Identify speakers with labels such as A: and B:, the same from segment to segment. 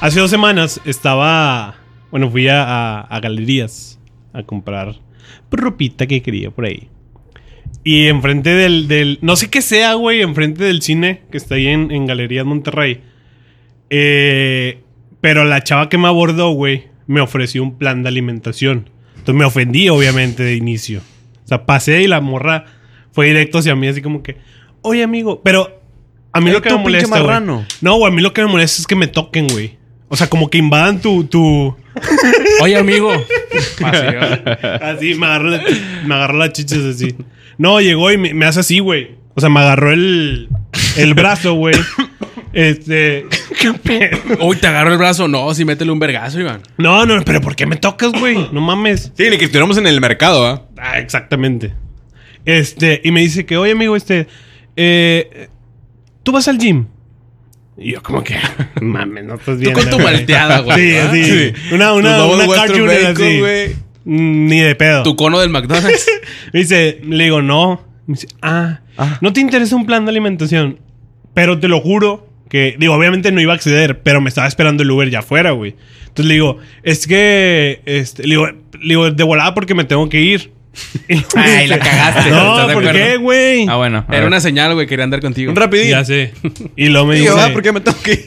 A: Hace dos semanas estaba. Bueno, fui a, a- a galerías a comprar ropita que quería por ahí. Y enfrente del, del- No sé qué sea, güey, enfrente del cine que está ahí en, en Galerías Monterrey. Eh, pero la chava que me abordó, güey, me ofreció un plan de alimentación. Entonces me ofendí, obviamente, de inicio. O sea, pasé y la morra fue directo hacia mí, así como que. Oye, amigo, pero. A mí
B: Ey,
A: lo que
B: tú,
A: me
B: pinche
A: molesta. güey-
B: marrano.
A: No, güey, a mí lo que me molesta es que me toquen, güey. O sea, como que invadan tu. tu...
C: Oye, amigo. Así,
A: Así, me agarró, la- me agarró las chichas así. No, llegó y me, me hace así, güey. O sea, me agarró el, el brazo, güey. Este. ¿Qué pedo?
C: Uy, te agarro el brazo. No, sí, métele un vergazo, Iván.
A: No, no, pero ¿por qué me tocas, güey? No mames.
B: Sí, ni que estuviéramos en el mercado, ¿ah?
A: Ah, exactamente. Este, y me dice que, oye, amigo, este. eh, ¿Tú vas al gym? Y yo, como que. Mames, no estás bien.
C: Tú con tu malteada, güey.
A: Sí,
C: ¿verdad?
A: sí. Una,
B: Nos
A: una, una
B: damos Western
A: cartoon
B: Bacon,
A: así.
B: güey.
A: Mm, Ni de pedo.
C: Tu cono del McDonald's.
A: Me dice, le digo, no. Me dice, ah,
B: Ah.
A: no te interesa un plan de alimentación. Pero te lo juro que, digo, obviamente no iba a acceder, pero me estaba esperando el Uber ya afuera, güey. Entonces le digo, es que, este, le digo, le digo, de volada porque me tengo que ir.
C: Ay, la cagaste. ¿estás
A: no,
C: de
A: ¿por
C: acuerdo?
A: qué, güey?
D: Ah, bueno. a
C: Era
D: ver.
C: una señal, güey, quería andar contigo.
B: Un rapidín.
A: Ya sé. Y luego me
B: Y
A: dice,
B: yo, ah, ¿por qué me tengo que ir?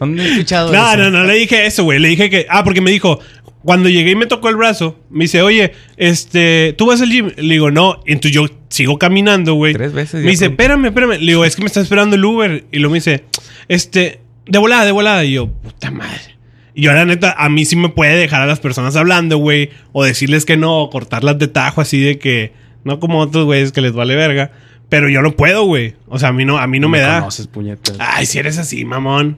D: ¿Dónde he escuchado
A: No,
D: eso?
A: no, no le dije eso, güey. Le dije que. Ah, porque me dijo. Cuando llegué y me tocó el brazo, me dice, oye, este, ¿tú vas al gym? Le digo, no. Entonces yo sigo caminando, güey.
D: Tres veces
A: Me
D: ya
A: dice,
D: pronto.
A: espérame, espérame. Le digo, es que me está esperando el Uber. Y luego me dice, este, de volada, de volada. Y yo, puta madre. Y yo, la neta, a mí sí me puede dejar a las personas hablando, güey. O decirles que no, o cortarlas de tajo así de que. No como otros güeyes que les vale verga. Pero yo no puedo, güey. O sea, a mí no, a mí no, me, da.
C: conoces, puñetas.
A: Ay, si eres así, mamón.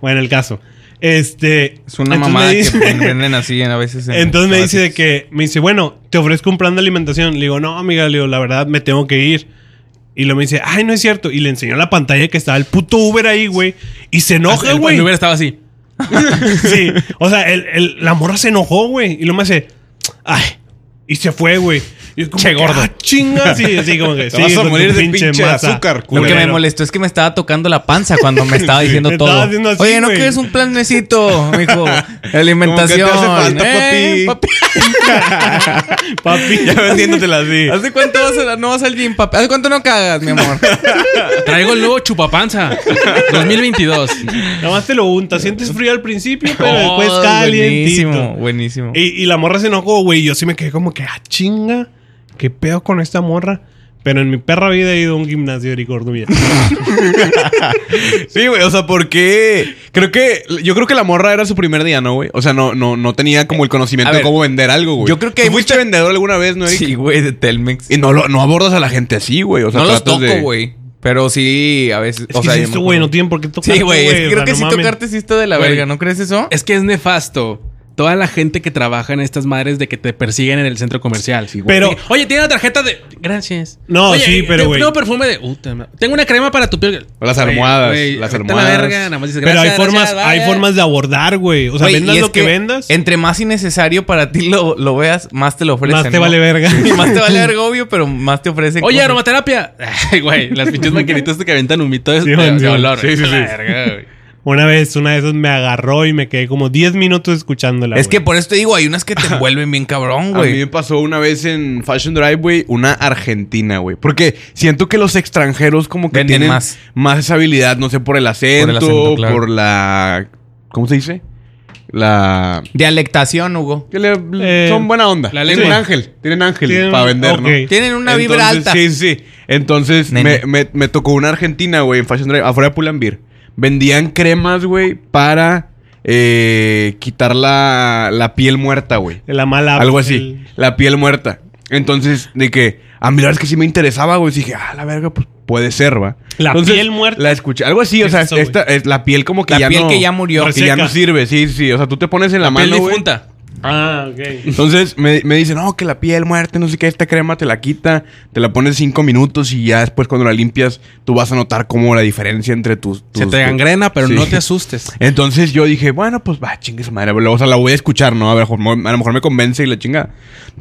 A: Bueno, el caso. Este.
D: Es una
A: entonces
D: mamada
A: me
D: que
A: dice-
D: venden así en- a veces. en
A: Entonces me
D: los
A: dice de
D: clásicos.
A: que. Me dice, bueno, te ofrezco un plan de alimentación. Le digo, no, amiga, le digo, la verdad, me tengo que ir. Y luego me dice, ay, no es cierto. Y le enseñó la pantalla que estaba el puto Uber ahí, güey. Y se enoja,
C: Ah, El-
A: güey.
C: El Uber estaba así.
A: Sí. O sea, el, el- la morra se enojó, güey. Y luego me hace, ay. Y se fue, güey. Y es como
D: Che
A: que,
D: gordo.
A: "Ah, chinga. Sí, así como que.
B: Te vas
A: "Sigue
B: a
A: con tu
B: morir de pinche
A: masa,
B: azúcar,
D: Lo que me
A: culero".
D: molestó es que me estaba tocando la panza cuando me estaba diciendo
A: me
D: todo.
A: estaba haciendo así,
D: Oye, ¿no
A: güey.
D: quieres un planecito, mijo? Alimentación.
B: Como que te hace falta,
D: Eh,
B: papi.
A: Papi,
B: Ya vendiéndotela así.
D: ¿Hace cuánto vas a- no vas al gym, papi? ¿Hace cuánto no cagas, mi amor?
C: Traigo el nuevo chupapanza 2022.
A: Nada más te lo untas. Sientes frío al principio, pero
D: Oh,
A: después calientito.
D: Buenísimo, buenísimo.
A: Y, y la morra se enojó, güey. y Yo sí me quedé como que, ah, chinga. ¿Qué pedo con esta morra? Pero en mi perra vida he ido a un gimnasio de ricordumia.
B: Sí, güey, o sea, ¿por qué? Creo que, yo creo que la morra era su primer día, ¿no, güey? O sea, no, no, no tenía como el conocimiento
D: A ver,
B: de cómo vender algo, güey.
D: yo creo que
B: ¿Tú
D: hay
B: fuiste vendedor alguna vez, ¿no, Eric?
D: Sí, güey, de Telmex.
B: Y no, lo- no abordas a la gente así, güey. O sea,
D: no los
B: tratas
D: toco,
B: de-
D: güey. Pero sí, a veces.
A: Es
D: o
A: que
D: sea,
A: es
D: yo me
A: esto,
D: acuerdo.
A: güey. No tienen por qué tocarte,
D: Sí, güey. es que
A: o
D: creo
A: sea,
D: que
A: no
D: si
A: mames.
D: tocarte sí está de la
C: Güey.
D: verga, ¿no crees eso?
C: Es que es nefasto. Toda la gente que trabaja en estas madres de que te persiguen en el centro comercial.
A: Pero-
C: Oye, Oye, tiene la tarjeta de. Gracias.
A: No,
C: Oye,
A: sí,
C: eh,
A: pero,
C: te-
A: güey.
C: Tengo perfume de. Puta madre. tengo una crema para tu piel.
B: O las almohadas,
C: Güey,
B: las
C: vete a la
B: almohadas.
C: verga, nada más dices,
A: Pero hay
C: "Gracias,
A: formas,
C: gracias,
A: hay
C: bye".
A: formas de abordar, güey. O sea,
D: Güey, y
A: vendas
D: es
A: lo que, vendas,
D: Entre más innecesario para ti lo, lo veas, más te lo ofrecen.
A: más te
D: ¿no?
A: vale verga.
D: Y más te vale verga, obvio, pero más te ofrecen.
C: Oye,
D: cosas.
C: aromaterapia. Ay, güey, las pinches maquinitas que aventan humito de,
A: Sí,
C: de-
A: man,
C: de
A: sí, man.
C: olor.
A: Sí, sí, sí.
C: La verga, güey.
A: Una vez, una de esas me agarró y me quedé como 10 minutos escuchándola.
D: Es que
A: güey.
D: por esto digo, hay unas que te envuelven bien cabrón,
B: A mí
D: güey.
B: me pasó una vez en Fashion Drive, güey, una argentina, güey. Porque siento que los extranjeros como que
D: Venden
B: tienen
D: más.
B: más. esa habilidad, no sé, por el acento, por,
D: el acento, claro.
B: la... ¿Cómo se dice? La...
D: Dialectación, Hugo.
B: que le-
A: Eh,
B: son buena onda.
C: la
B: tienen
C: lengua.
B: ángel, tienen ángel
A: Tienen-
B: para vender,
A: ok.
B: ¿no?
D: Tienen una vibra
B: Entonces,
D: alta.
B: Sí, sí. Entonces
D: Nene.
B: me, me- me tocó una argentina, güey, en Fashion Drive, afuera de Pulambir. Vendían cremas, güey, para eh, quitar la, la piel muerta, güey.
A: la mala.
B: Algo así.
A: Ah, pues el-
B: La piel muerta. Entonces, de que a mí la verdad es que sí me interesaba, güey. Dije, ah, la verga, pues puede ser, va.
A: La
B: Entonces,
A: piel muerta.
B: La escuché. Algo así, o
A: ¿Qué
B: sea,
A: es eso,
B: esta, es la piel como que
D: La
B: ya
D: piel
B: no-
D: que ya murió.
B: Que ya no
A: Reseca.
B: sirve, sí, sí. O sea, tú te pones en la,
C: Piel
B: mano, güey.
C: difunta.
A: Ah, ok.
B: Entonces me, me dicen, no, que la piel muerte, no sé qué, esta crema te la quita, te la pones cinco minutos y ya después cuando la limpias, tú vas a notar como la diferencia entre tus.
C: Se
B: tus-
C: te gangrena, pero
B: Sí.
C: no te asustes.
B: Entonces yo dije, bueno, pues va, chingue su madre. O sea, la voy a escuchar, ¿no? A, ver, a lo mejor me convence y la chinga.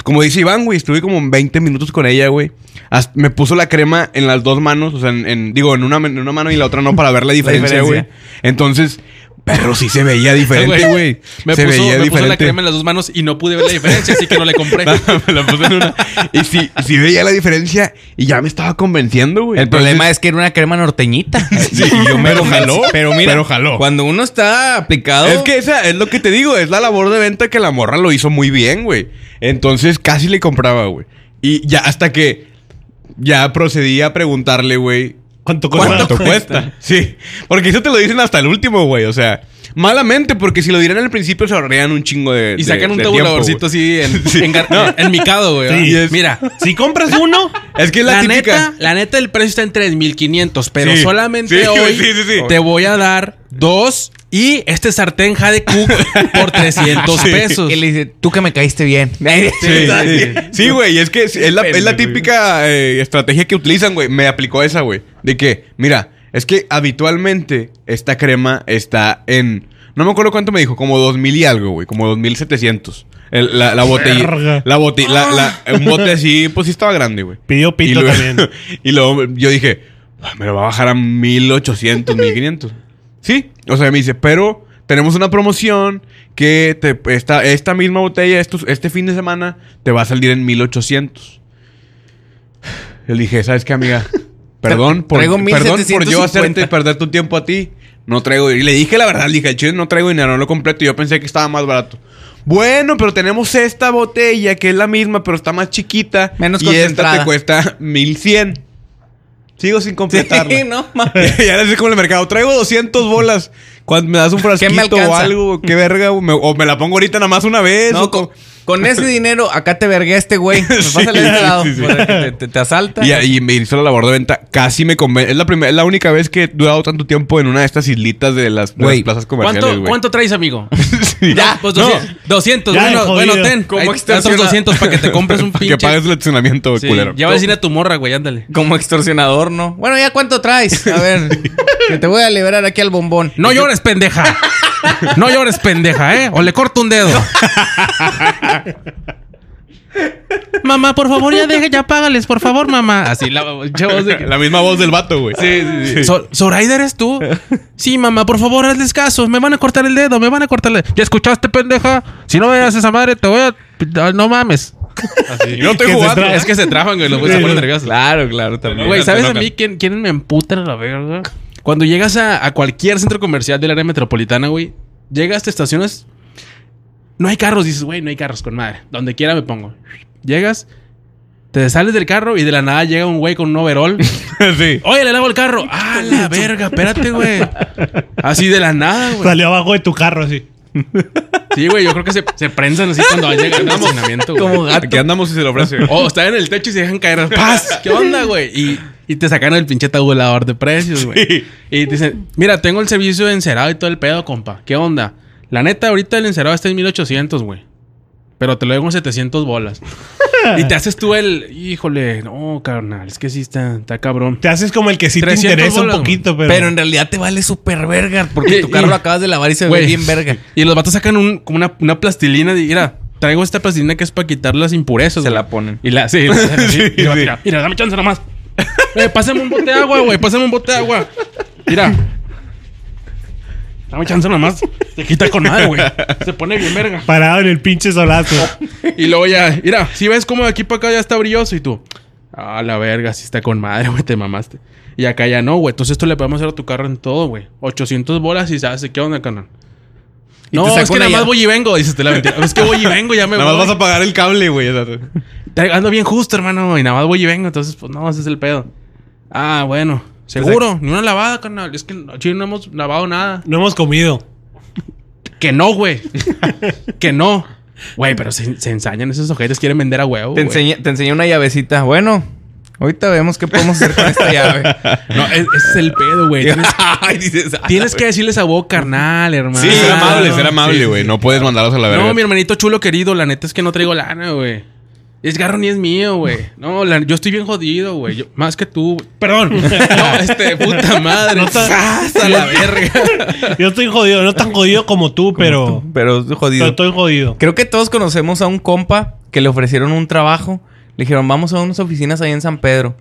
B: Como dice Iván, güey, estuve como 20 minutos con ella, güey. Hasta- me puso la crema en las dos manos, o sea, en, en- digo, en una, en una mano y la otra no, para ver la diferencia, güey.
D: diferencia.
B: Entonces, pero sí se veía diferente,
C: Güey,
B: güey.
C: Me,
B: se
C: puso,
B: veía
C: me puso la
B: diferente.
C: crema en las dos manos y no pude ver la diferencia, así que no le compré.
B: me la puse en una. Y sí, sí veía la diferencia y ya me estaba convenciendo, güey.
D: El problema es que era una crema norteñita.
B: yo me
D: pero
B: lo jaló.
D: Pero mira,
B: pero jaló.
D: cuando uno está aplicado,
B: Es que esa es lo que te digo, es la labor de venta que la morra lo hizo muy bien, güey. Entonces casi le compraba, güey. Y ya hasta que ya procedí a preguntarle, güey,
A: ¿Cuánto cuesta?
B: ¿cuánto cuesta? Sí, porque eso te lo dicen hasta el último, güey. O sea, malamente, porque si lo dieran al principio se ahorrarían un chingo de.
C: Y sacan un tabuladorcito
B: tabuladorcito
C: así en, en gar- en micado, güey.
A: Sí.
C: ¿verdad? Mira,
A: Si compras uno,
B: Es que es la,
C: la,
B: típica.
C: neta, la neta, el precio está en 3500, pero
B: Sí.
C: solamente
B: Sí, güey,
C: hoy
B: sí, sí, sí.
C: te voy a dar dos y este sartén Jade Cook por 300
B: Sí.
C: pesos.
D: que le dice, tú que me caíste bien.
B: Sí, sí. Sí, güey, y es que es es la, es la típica eh, estrategia que utilizan, güey. Me aplicó esa, güey. De que, mira, es que habitualmente esta crema está en. No me acuerdo cuánto me dijo, como 2000 y algo, güey. Como 2700. El- La, la botella.
A: Verga.
B: La botella. La, la- un bote así, pues sí estaba grande, güey.
A: pidió
B: Y
A: pito
B: luego-
A: también.
B: Y luego yo dije, "Ah, me lo va a bajar a 1800, 1500. Sí. O sea, me dice, pero tenemos una promoción que te, esta, esta misma botella estos- este fin de semana te va a salir en 1800. Yo le dije, ¿sabes qué, amiga? Perdón, por,
D: Traigo
B: perdón por yo
D: 1750.
B: hacerte perder tu tiempo a ti. No traigo. Y le dije la verdad, le dije, chido, no traigo dinero, no lo completo. Yo pensé que estaba más barato. Bueno, pero tenemos esta botella que es la misma, pero está más chiquita.
D: Menos
B: y esta te
D: concentrada.
B: cuesta 1100. Sigo sin completarla.
D: Sí, no mames.
B: ya le sé como en el mercado. Traigo 200 bolas. Cuando me das un frasquito o
D: alcanza?
B: algo, qué verga, o me, o me la pongo ahorita nada más una vez.
D: No,
B: o
D: con,
B: co-
D: con ese dinero, acá te vergué este güey. Pues Pásale de este lado. para que te, te- te asalta.
B: Y, y me hizo la labor de venta. Casi me convence. Es la, primera, es la única vez que he durado tanto tiempo en una de estas islitas de las, de las
D: Güey,
B: plazas comerciales,
C: ¿Cuánto,
B: güey.
C: ¿Cuánto traes, amigo?
B: Sí.
C: Ya, pues
B: No.
C: 200, 200,
A: Ya,
C: bueno,
A: jodido.
C: bueno, ten.
B: ¿Cómo
C: Como
B: extorsiona?
C: 200 para que te compres un
B: Para
C: pinche.
B: Que pagues el estacionamiento, güey,
C: Sí,
B: culero.
C: Ya va a decir a tu morra, güey, ándale.
D: Como extorsionador, ¿no? Bueno, ¿ya cuánto traes? A ver, que te voy a liberar aquí al bombón.
C: No llores, pendeja. No llores, pendeja, ¿eh? O le corto un dedo. mamá, por favor, ya deja, ya págales, por favor, mamá. Así la chavos de que-
B: La misma voz del vato, güey. Sí, sí,
C: So- ¿Zoraida eres tú? Sí, mamá, por favor, hazles caso. Me van a cortar el dedo, me van a cortar el dedo. ¿Ya escuchaste, pendeja? Si no me haces esa madre, te voy a... No mames.
B: no estoy
A: Que se
B: jugando.
A: tra-
C: Es que se traban, güey. Los güeyes se ponen nerviosos.
D: Claro, claro, también.
C: Güey,
B: te
C: ¿sabes a
B: enojan.
C: mí quién, quién me emputan a la verga? Cuando llegas a, a cualquier centro comercial del área metropolitana, güey, llegas, te estacionas. No hay carros, dices, güey, no hay carros con madre. Donde quiera me pongo. Llegas, te sales del carro y de la nada llega un güey con un overall.
B: sí.
C: Oye, le lavo el carro. ¡Ah, la verga! Espérate, güey. Así de la nada, güey.
A: Salió abajo de tu carro así.
C: Sí, güey, yo creo que se, se prensan así cuando llegan al estacionamiento, güey.
D: Como gato.
B: Aquí andamos y se lo ofrece. güey.
C: O están en el techo y se dejan caer. ¡Paz! ¿Qué onda, güey? Y, y te sacan el pinche tabulador de precios, güey. Y te dicen, mira, tengo el servicio de encerado y todo el pedo, compa. ¿Qué onda? La neta, ahorita el encerado está en 1800, güey. Pero te lo dejo en 700 bolas. Y te haces tú el... Híjole, no, carnal. Es que sí está, está cabrón.
A: Te haces como el que sí te
C: 300
A: interesa
C: bolas,
A: un poquito, pero.
D: Pero en realidad te vale súper verga, porque
C: Y-
D: tu carro
C: y-
D: lo acabas de lavar y se ve
C: Güey.
D: bien verga.
C: Y los vatos sacan un, como una, una plastilina de... Mira, traigo esta plastilina que es para quitar las impurezas,
D: Se
C: güey".
D: la ponen.
C: Y la... Sí, la-
B: Sí,
C: y la-
B: sí.
C: Mira, mira, dame chance nomás. Eh, pásame un bote de agua, güey. Pásame un bote de agua. Mira. Dame chance nomás. Te quita con madre, güey. Se pone bien verga.
A: Parado en el pinche solazo.
C: Y luego ya, mira, si ves como de aquí para acá ya está brilloso y tú, ah, la verga, si está con madre, güey, te mamaste. Y acá ya no, güey. Entonces esto le podemos hacer a tu carro en todo, güey. 800 bolas y sabes qué onda, canal.
D: te
C: No,
D: saca
C: es que
D: una
C: nada
D: ya.
C: más voy y vengo, dices te la mentira. Es que voy y vengo, ya me
B: Nada más
C: voy.
B: vas a pagar el cable, güey. o sea,
C: Te- Ando bien justo, hermano, y nada más voy y vengo. Entonces, pues no, ese es el pedo. Ah, bueno. Seguro, ni una lavada, canal. Es que al chile no hemos lavado nada.
A: No hemos comido.
C: Que no, güey. que no. Güey, pero se, se ensañan esos ojetes, quieren vender a huevo.
D: Te
C: güey.
D: enseñé, te enseñé una llavecita. Bueno, Ahorita vemos qué podemos hacer con esta llave.
C: No, es- ese es el pedo, güey. Tienes,
B: Ay, dices, ah,
C: tienes que decirles a vos, carnal, hermano.
B: Sí, ser amable, ser
C: "Ah, Sí,
B: amable, güey. no puedes mandarlos a la verga.
C: No, mi hermanito chulo querido, la neta es que no traigo lana, güey. Es garro ni es mío, güey. No, la- yo estoy bien jodido, güey. Yo- Más que tú. güey. Perdón. No, este, puta madre.
A: No tan-
C: ¡Sas a la verga.
A: Yo estoy jodido, no tan jodido como tú, pero,
D: Pero es
A: pero
D: jodido.
A: estoy jodido.
D: Creo que todos conocemos a un compa que le ofrecieron un trabajo. Le dijeron, vamos a unas oficinas ahí en San Pedro.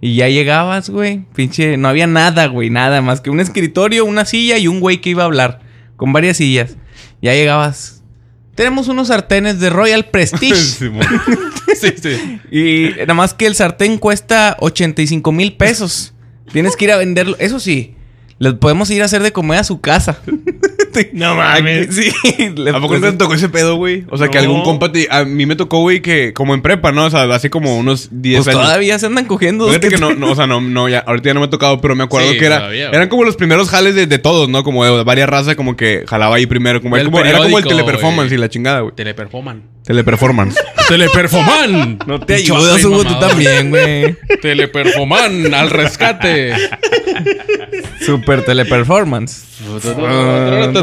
D: Y ya llegabas, güey. Pinche, no había nada, güey. Nada más que un escritorio, una silla y un güey que iba a hablar. Con varias sillas. Ya llegabas. Tenemos unos sartenes de Royal Prestige.
B: Simón. sí, sí.
D: y nada más que el sartén cuesta 85 mil pesos. Tienes que ir a venderlo. Eso sí, les podemos ir a hacer de comer a su casa.
A: No mames.
D: Sí. le
B: ¿A poco no te
D: ofrecen-
B: tocó ese pedo, güey? O sea, que
A: No.
B: algún compa te... A mí me tocó, güey, que como en prepa, ¿no? O sea, hace como unos 10
D: Pues
B: años.
D: todavía se andan cogiendo. dos
B: Fíjate
D: Pues que
B: que no, no, o sea, no, no, ya, ahorita ya no me ha tocado, pero me acuerdo
C: Sí,
B: que era,
C: todavía, güey.
B: eran como los primeros jales de, de todos, ¿no? Como de varias razas, como que jalaba ahí primero, como,
C: Del
B: como- era como el
C: periódico,
B: teleperformance
C: güey.
B: y la chingada, güey.
C: Teleperforman.
B: Teleperformance.
C: Teleperforman. No
D: Te ayudas, Hugo, tú también, güey.
C: Teleperforman al rescate.
D: Super teleperformance.
C: bueno,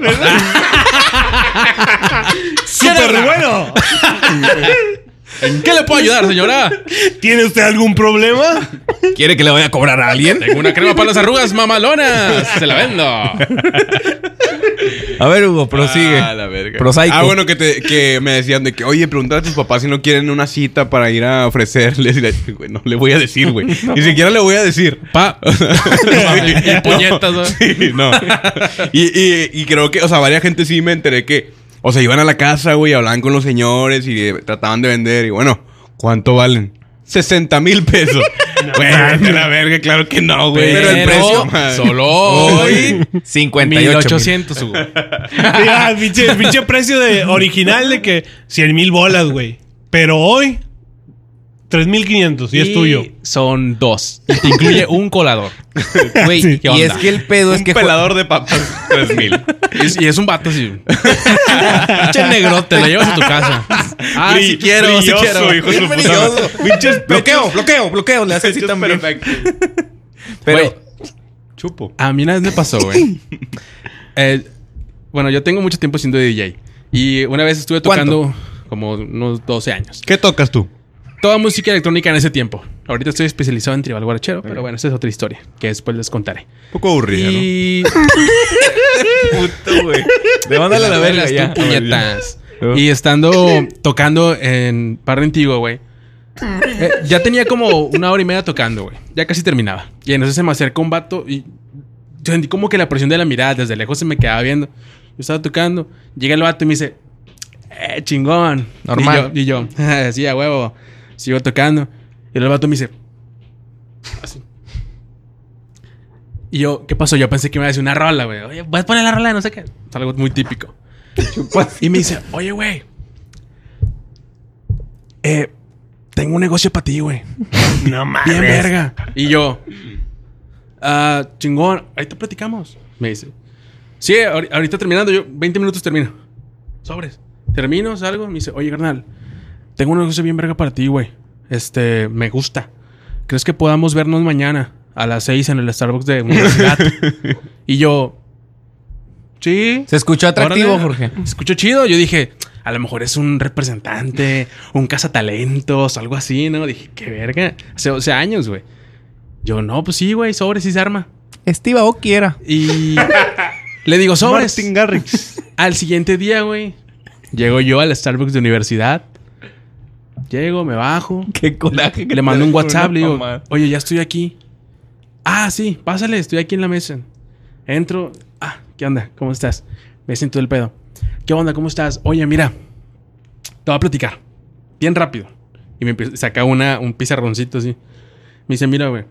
A: ¡Súper bueno!
C: ¿en qué le puedo ayudar, señora?
A: ¿Tiene usted algún problema?
D: ¿Quiere que le vaya a cobrar a alguien?
C: Tengo una crema para las arrugas mamalonas. Se la vendo.
D: A ver, Hugo, prosigue.
B: Ah, la verga.
D: Prosaico.
B: Ah, bueno, que, te, que me decían de que, oye, preguntar a tus papás si no quieren una cita para ir a ofrecerles. Y la- güey, no le voy a decir, güey. Ni siquiera le voy a decir.
C: Pa.
B: No,
C: Y puñetas, ¿no?
B: Sí, no. Y, y- y creo que, o sea, varias gente sí me enteré que, o sea, iban a la casa, güey, hablaban con los señores y eh, trataban de vender. Y bueno, ¿cuánto valen? 60 mil pesos. Güey, vete a la verga, claro que no, güey.
C: Pero el precio. Solo hoy.
D: 58.
C: 1800, Hugo.
A: Mira, el pinche, el pinche precio de original de que 100 mil bolas, güey. Pero hoy, 3.500 y es tuyo.
C: Son dos. Y te incluye un colador. Güey, ¿qué
D: Y
C: onda?
D: es que el pedo es
B: Un
D: que.
B: pelador de papas, 3 mil.
C: Y es, y es un vato así. Pinche negrote, la llevas a tu casa. Ah,
B: Bri-
C: si quiero, si
B: brilloso,
C: quiero.
B: hijo de su
D: Bien
B: puta madre.
D: brilloso.
B: Pinches
D: Bloqueo, bloqueo, bloqueo. Le hace así también. Pero.
C: Güey,
B: Chupo.
C: A mí una vez me pasó, güey. Eh, bueno, yo tengo mucho tiempo siendo DJ. Y una vez estuve tocando como unos 12 años.
B: ¿Qué tocas tú?
C: Toda música electrónica en ese tiempo. Ahorita estoy especializado en tribal guarachero, pero bueno, esa es otra historia que después les contaré.
B: Un poco aburrido,
C: Y
D: Puto, güey. Le mándale a la verga
C: Velas,
D: ya.
C: tú, puñetas.
D: Oh.
C: Y estando tocando en Parra Antigua, güey. eh, ya tenía como una hora y media tocando, güey. Ya casi terminaba. Y entonces se me acercó un vato y yo sentí como que la presión de la mirada desde lejos se me quedaba viendo. Yo estaba tocando. Llega el vato y me dice, eh, chingón.
D: Normal.
C: Y yo, y yo sí, a huevo. Sigo tocando. Y el vato me dice, así. Y yo, ¿qué pasó? Yo pensé que me iba a decir una rola, güey. Oye, ¿puedes poner la rola de no sé qué? Es algo muy típico. Pues, Y me dice, oye, güey. eh, tengo un negocio para ti, güey.
A: No mames.
C: Bien verga. Y yo, ah, chingón, ahorita platicamos. Me dice, sí, ahori- ahorita terminando, yo 20 minutos termino. Sobres. Termino, salgo, me dice, oye, carnal, tengo un negocio bien verga para ti, güey. Este, me gusta. ¿Crees que podamos vernos mañana a las 6 en el Starbucks de universidad? y yo, sí.
D: Se escuchó atractivo,
C: Órale.
D: Jorge.
C: Se escuchó chido. Yo dije, a lo mejor es un representante, un cazatalentos, algo así, ¿no? Dije, qué verga. Hace 12 años, güey. Yo, no, pues sí, güey, sobres sí se arma.
D: Steve Aoki era.
C: Y le digo, sobres.
B: Martin Garrix.
C: Al siguiente día, güey, llego yo al Starbucks de universidad. Llego, me bajo.
D: Qué coraje.
C: Le mando un WhatsApp, le digo, oye, ya estoy aquí. Ah, sí, pásale, estoy aquí en la mesa. Entro, ah, ¿qué onda? ¿Cómo estás? Me siento el pedo. ¿Qué onda? ¿Cómo estás? Oye, mira, te voy a platicar. Bien rápido. Y me empie- saca una, un pizarroncito así. Me dice, mira, güey,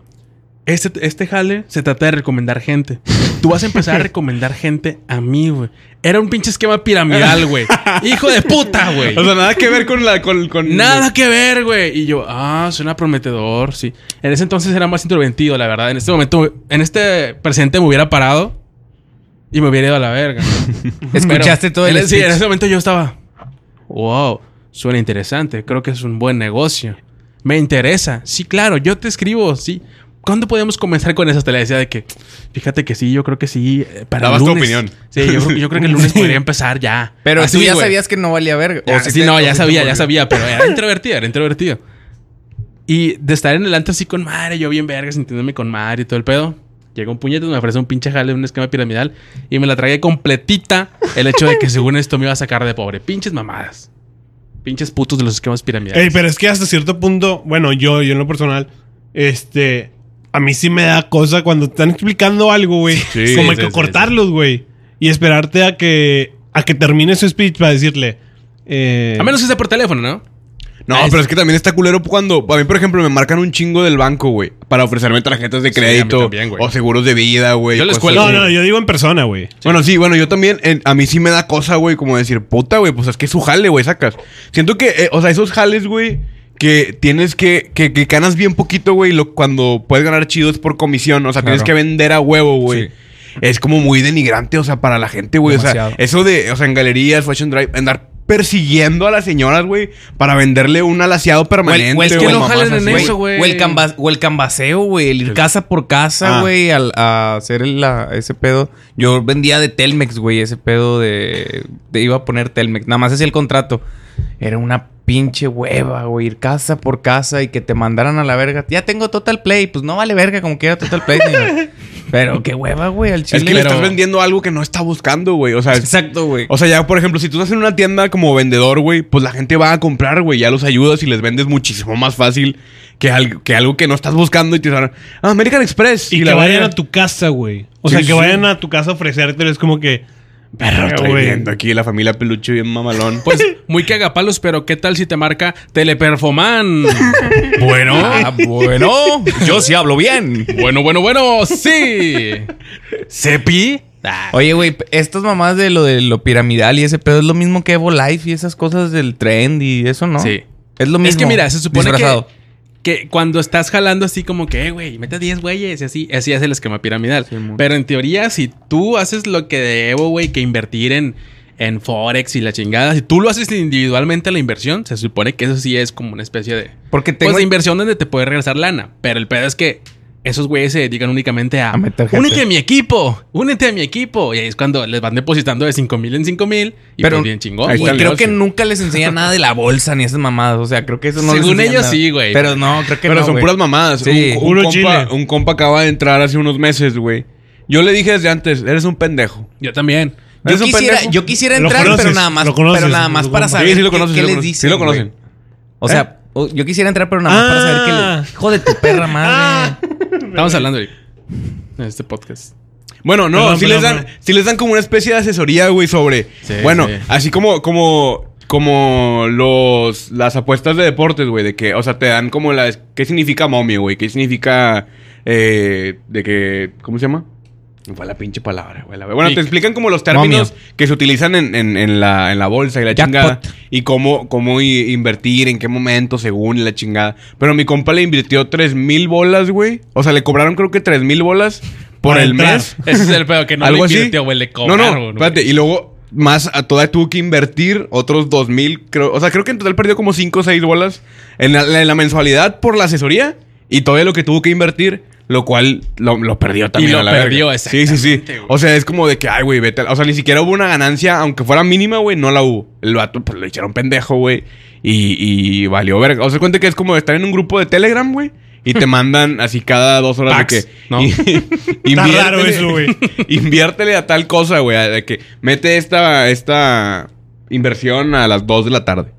C: este, este jale se trata de recomendar gente. Tú vas a empezar a recomendar gente a mí, güey. Era un pinche esquema piramidal, güey. Hijo de puta, güey.
B: O sea, nada que ver con la... Con, con
C: Nada que ver, güey. Y yo, ah, suena prometedor, sí. En ese entonces era más introvertido, la verdad. En este momento, en este presente me hubiera parado y me hubiera ido a la verga.
D: Escuchaste
C: Pero
D: todo el
C: en- Sí, en
D: speech.
C: ese momento yo estaba, wow, suena interesante. Creo que es un buen negocio. Me interesa. Sí, claro, yo te escribo, sí. ¿Cuándo podemos comenzar con eso? Te le decía de que, fíjate que sí, yo creo que sí. eh, Para
B: Dabas
C: el
B: tu
C: lunes.
B: opinión.
C: Sí, yo, creo- yo creo que el lunes podría empezar ya.
D: Pero
C: Así,
D: tú ya
C: güey.
D: sabías que no valía verga.
C: Ya,
D: O si
C: sí,
D: te-
C: no,
D: o
C: ya
D: si te
C: sabía,
D: volvió.
C: ya sabía, pero era introvertida, era introvertida. Y de estar en el antro así con madre, yo bien verga, sintiéndome con madre y todo el pedo. Llega un puñetazo, me ofrece un pinche jale, un esquema piramidal y me la tragué completita el hecho de que según esto me iba a sacar de pobre. Pinches mamadas. Pinches putos de los esquemas piramidales.
A: Ey, pero es que hasta cierto punto, bueno, yo, yo en lo personal, este, a mí sí me da cosa cuando te están explicando algo, güey.
B: Sí,
A: como
B: sí,
A: hay que
C: sí,
A: cortarlos, güey. Y esperarte a que, a que termine su speech para decirle. eh,
C: A menos que sea por teléfono, ¿no?
B: No,
C: Ah,
B: pero es que también está culero cuando. A mí, por ejemplo, me marcan un chingo del banco, güey. Para ofrecerme tarjetas de
C: Sí, a mí
B: crédito.
C: también, güey.
B: o seguros de vida, güey.
C: Yo en la
B: cosas
C: escuela-
A: No,
B: así.
A: no, yo digo en persona, güey.
B: Bueno, sí, bueno, yo también. en- a mí sí me da cosa, güey. Como decir, puta, güey. Pues es que es su jale, güey, sacas. Siento que, eh, o sea, esos jales, güey. Que tienes que, que, que ganas bien poquito, güey. lo- Cuando puedes ganar chido es por comisión. O sea, tienes
D: Claro.
B: que vender a huevo, güey.
D: Sí.
B: Es como muy denigrante, o sea, para la gente, güey. O sea,
D: Demasiado.
B: eso de, o sea, en galerías, fashion drive, andar persiguiendo a las señoras, güey, para venderle un alaciado
D: O el-
B: permanente.
D: o el-
B: güey,
D: o el-
C: no
B: mamás
C: jalen en
B: así,
C: eso, güey.
D: O el, camba- o el cambaseo, güey. El ir casa por casa,
B: Ah.
D: güey. al- A, hacer el- la- ese pedo. Yo vendía de Telmex, güey. Ese pedo de, de- Iba a poner Telmex. Nada más hacía el contrato. Era una pinche hueva, güey. Ir casa por casa y que te mandaran a la verga. Ya tengo Total Play. Pues no vale verga como quiera Total Play. señor. Pero qué hueva, güey. Al chile.
B: Es que le
D: Pero-
B: estás vendiendo algo que no está buscando, güey. O sea,
D: Exacto, güey.
B: o sea, ya, por ejemplo, si tú estás en una tienda como vendedor, güey, pues la gente va a comprar, güey. Ya los ayudas y les vendes muchísimo más fácil que, al- que algo que no estás buscando y te dicen, "Ah, American Express.
A: Y, que
B: la
A: vayan
B: verga.
A: a tu casa, güey. O
B: Sí,
A: sea, que
B: sí.
A: vayan a tu casa a ofrecértelo. Es como que.
B: Perro, estoy
A: güey.
B: viendo aquí la familia peluche bien mamalón.
C: Pues muy cagapalos, pero ¿qué tal si te marca Teleperfoman?
D: bueno.
A: Ah,
D: Ah, bueno. Yo sí hablo bien.
C: bueno, bueno, bueno, sí. Ah.
D: ¿Sepi? Oye, güey, estas mamás de lo de lo piramidal y ese pedo es lo mismo que Evo Life y esas cosas del trend y eso, ¿no?
C: Sí.
D: Es lo mismo.
C: Es que mira, se supone que,
D: disfrazado.
C: que cuando estás jalando así como que, "Eh, güey, mete 10 güeyes y así, así es el esquema piramidal.
D: mon.
C: Pero en teoría, si tú haces lo que debo, güey, que invertir en, en Forex y la chingada, si tú lo haces individualmente la inversión, se supone que eso sí es como una especie de...
D: Porque
C: Pues
D: tengo...
C: de inversión donde te puede regresar lana. Pero el pedo es que esos güeyes se dedican únicamente a...
D: A meter gente.
C: Únete a mi equipo, únete a mi equipo. Y ahí es cuando les van depositando de 5 mil en 5 mil. Y
D: Pero-
C: pues bien chingón.
B: Ahí
D: y
B: está
D: creo
B: el
D: que
B: negocio.
D: nunca les enseña nada de la bolsa ni esas mamadas. O sea, creo que eso no les
C: Según
D: enseñan
C: ellos
D: nada.
C: sí, güey.
D: Pero no, creo que
B: Pero
D: no,
B: son
D: güey.
B: puras mamadas.
D: Sí.
B: Un, un
A: Puro
B: compa,
A: chile.
B: un compa acaba de entrar hace unos meses, güey. Yo le dije desde antes, eres un pendejo.
C: Yo también.
D: Yo
B: ¿Es un
D: quisiera,
B: pendejo?
D: yo quisiera
A: Lo
D: entrar,
A: conoces,
D: pero nada más,
A: lo conoces,
D: pero nada más
A: lo
D: para
A: conoces.
D: saber
B: Sí, sí lo
D: qué-
B: conoces, sí
D: qué,
B: lo
D: les
B: conoces.
D: dicen.
B: Sí lo
D: güey.
B: conocen.
D: O sea, o- yo quisiera entrar, pero nada más para saber
A: Ah.
D: qué le... Hijo de tu perra madre.
C: Estamos hablando, Eric. En este podcast.
B: Bueno, no,
A: Perdón,
B: sí,
A: perdón,
B: les dan,
A: perdón.
B: sí les dan como una especie de asesoría, güey, sobre.
C: Sí,
B: bueno,
C: sí.
B: así como, como, como los, las apuestas de deportes, güey, de que, o sea, te dan como las. ¿Qué significa mommy, güey? ¿Qué significa. eh, de que. ¿Cómo se llama? Me Fue la pinche palabra, güey. la- Bueno,
C: Pick.
B: te explican como los términos que se utilizan en, en- en la, en la bolsa y la
D: Jackpot.
B: chingada. Y cómo, cómo i- invertir, en qué momento, según y la chingada. Pero mi compa le invirtió 3 mil bolas, güey. O sea, le cobraron creo que 3 mil bolas por
A: Para
B: el
A: entrar.
B: mes.
C: Ese es el pedo que no
B: Algo
C: le
B: así.
C: invirtió, güey. Le
B: No,
C: cobraron.
B: no, espérate. Y luego, más a toda tuvo que invertir otros dos mil. Creo, o sea, creo que en total perdió como cinco o seis bolas en la, en la mensualidad por la asesoría y todavía lo que tuvo que invertir, lo cual lo, lo perdió también.
C: lo
B: a la verga.
C: perdió,
B: Sí, sí, sí.
C: exactamente, güey.
B: O sea, es como de que, ay, güey, vete. a la-". O sea, ni siquiera hubo una ganancia, aunque fuera mínima, güey, no la hubo. El vato, pues lo hicieron pendejo, güey. Y, y valió verga. O sea, cuenta que es como estar en un grupo de Telegram, güey. Y te mandan así cada dos horas de
C: Packs,
B: que.
C: ¿no?
A: Está
B: inviértele-
A: raro eso, güey.
B: Inviértele a tal cosa, güey. a- de que mete esta, esta inversión a las 2 de la tarde.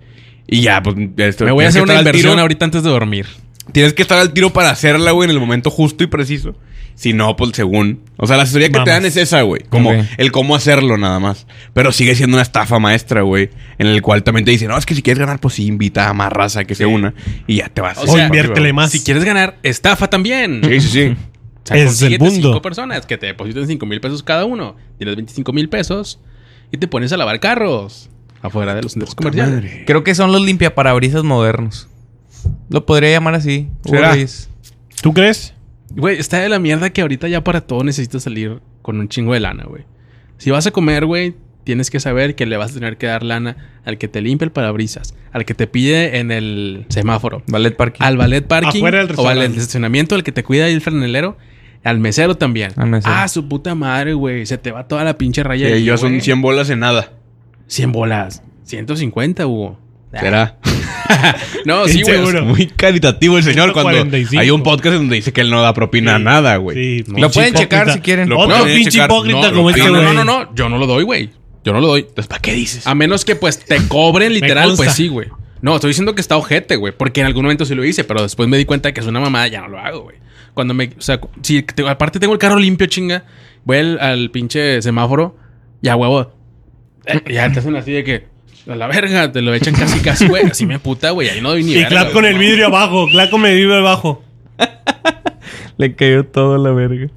B: Y ya, pues. esto-
C: Me voy a
B: tienes que
C: hacer una
B: estar al
C: inversión
B: tiro-
C: ahorita antes de dormir.
B: Tienes que estar al tiro para hacerla, güey, en el momento justo y preciso. Si no, pues según. O sea, la asesoría que te
A: Mamas.
B: dan es esa, güey. Como
D: Ok.
B: el cómo hacerlo nada más. Pero sigue siendo una estafa maestra, güey. En el cual también te dicen, no, es que si quieres ganar, pues sí, invita a más raza que se una. Y ya te vas.
C: O
A: O,
C: sea,
B: para
A: inviértele
B: arriba.
A: más.
C: Si quieres ganar, estafa también.
B: Sí, sí, sí.
C: O sea,
A: Ese es
C: consíguete
A: el mundo.
C: cinco personas que te depositen 5 mil pesos cada uno. Tienes 25 mil pesos y te pones a lavar carros afuera de los centros comerciales.
B: Madre.
D: Creo que son los limpiaparabrisas modernos. Lo podría llamar así. Hugo
B: ¿Será?
D: Reyes.
A: ¿Tú crees?
C: Güey, está de la mierda que ahorita ya para todo necesitas salir con un chingo de lana, güey. Si vas a comer, güey, tienes que saber que le vas a tener que dar lana al que te limpia el parabrisas, al que te pide en el semáforo,
D: Ballet Parking.
C: al ballet parking
A: Afuera del
C: o al
A: restaurante.
C: estacionamiento, al que te cuida ahí el franelero, al mesero también.
D: Al mesero.
C: Ah, su puta madre, güey, se te va toda la pinche
B: Y
C: raya.
B: ellos
C: ahí,
B: Eh, son
C: güey.
B: 100 bolas en nada.
C: 100 bolas. 150, Hugo.
B: ¿Será?
C: No, sí, güey.
A: Seguro.
B: Muy caritativo el señor cuando
A: 145.
B: hay un podcast en donde dice que él no da propina a
A: Sí.
B: nada, güey.
A: Sí,
D: Lo pueden
A: pinche
D: checar
A: hipócrita.
D: si quieren.
B: Lo
A: Otro
B: pueden
A: pinche
B: checar.
A: hipócrita
B: No,
A: como
B: lo
A: este
C: No,
A: güey.
C: no, no, no, yo no lo doy, güey. Yo no lo doy.
B: Entonces, ¿para qué dices?
C: A menos que pues te cobren literal,
A: consta.
C: pues sí, güey. No, estoy diciendo que está ojete, güey, porque en algún momento sí lo hice, pero después me di cuenta que es una mamada, ya no lo hago, güey. Cuando me, o sea, cu- si te- aparte tengo el carro limpio, chinga, voy al, al pinche semáforo, ya huevo. eh, ya te hacen así de que a la verga, te lo echan casi casi, güey, así me puta, güey, ahí no doy ni
A: Y
C: verga,
A: clap
C: güey,
A: con el
C: no.
A: vidrio abajo. Clap con el vidrio abajo.
D: Le cayó todo la verga.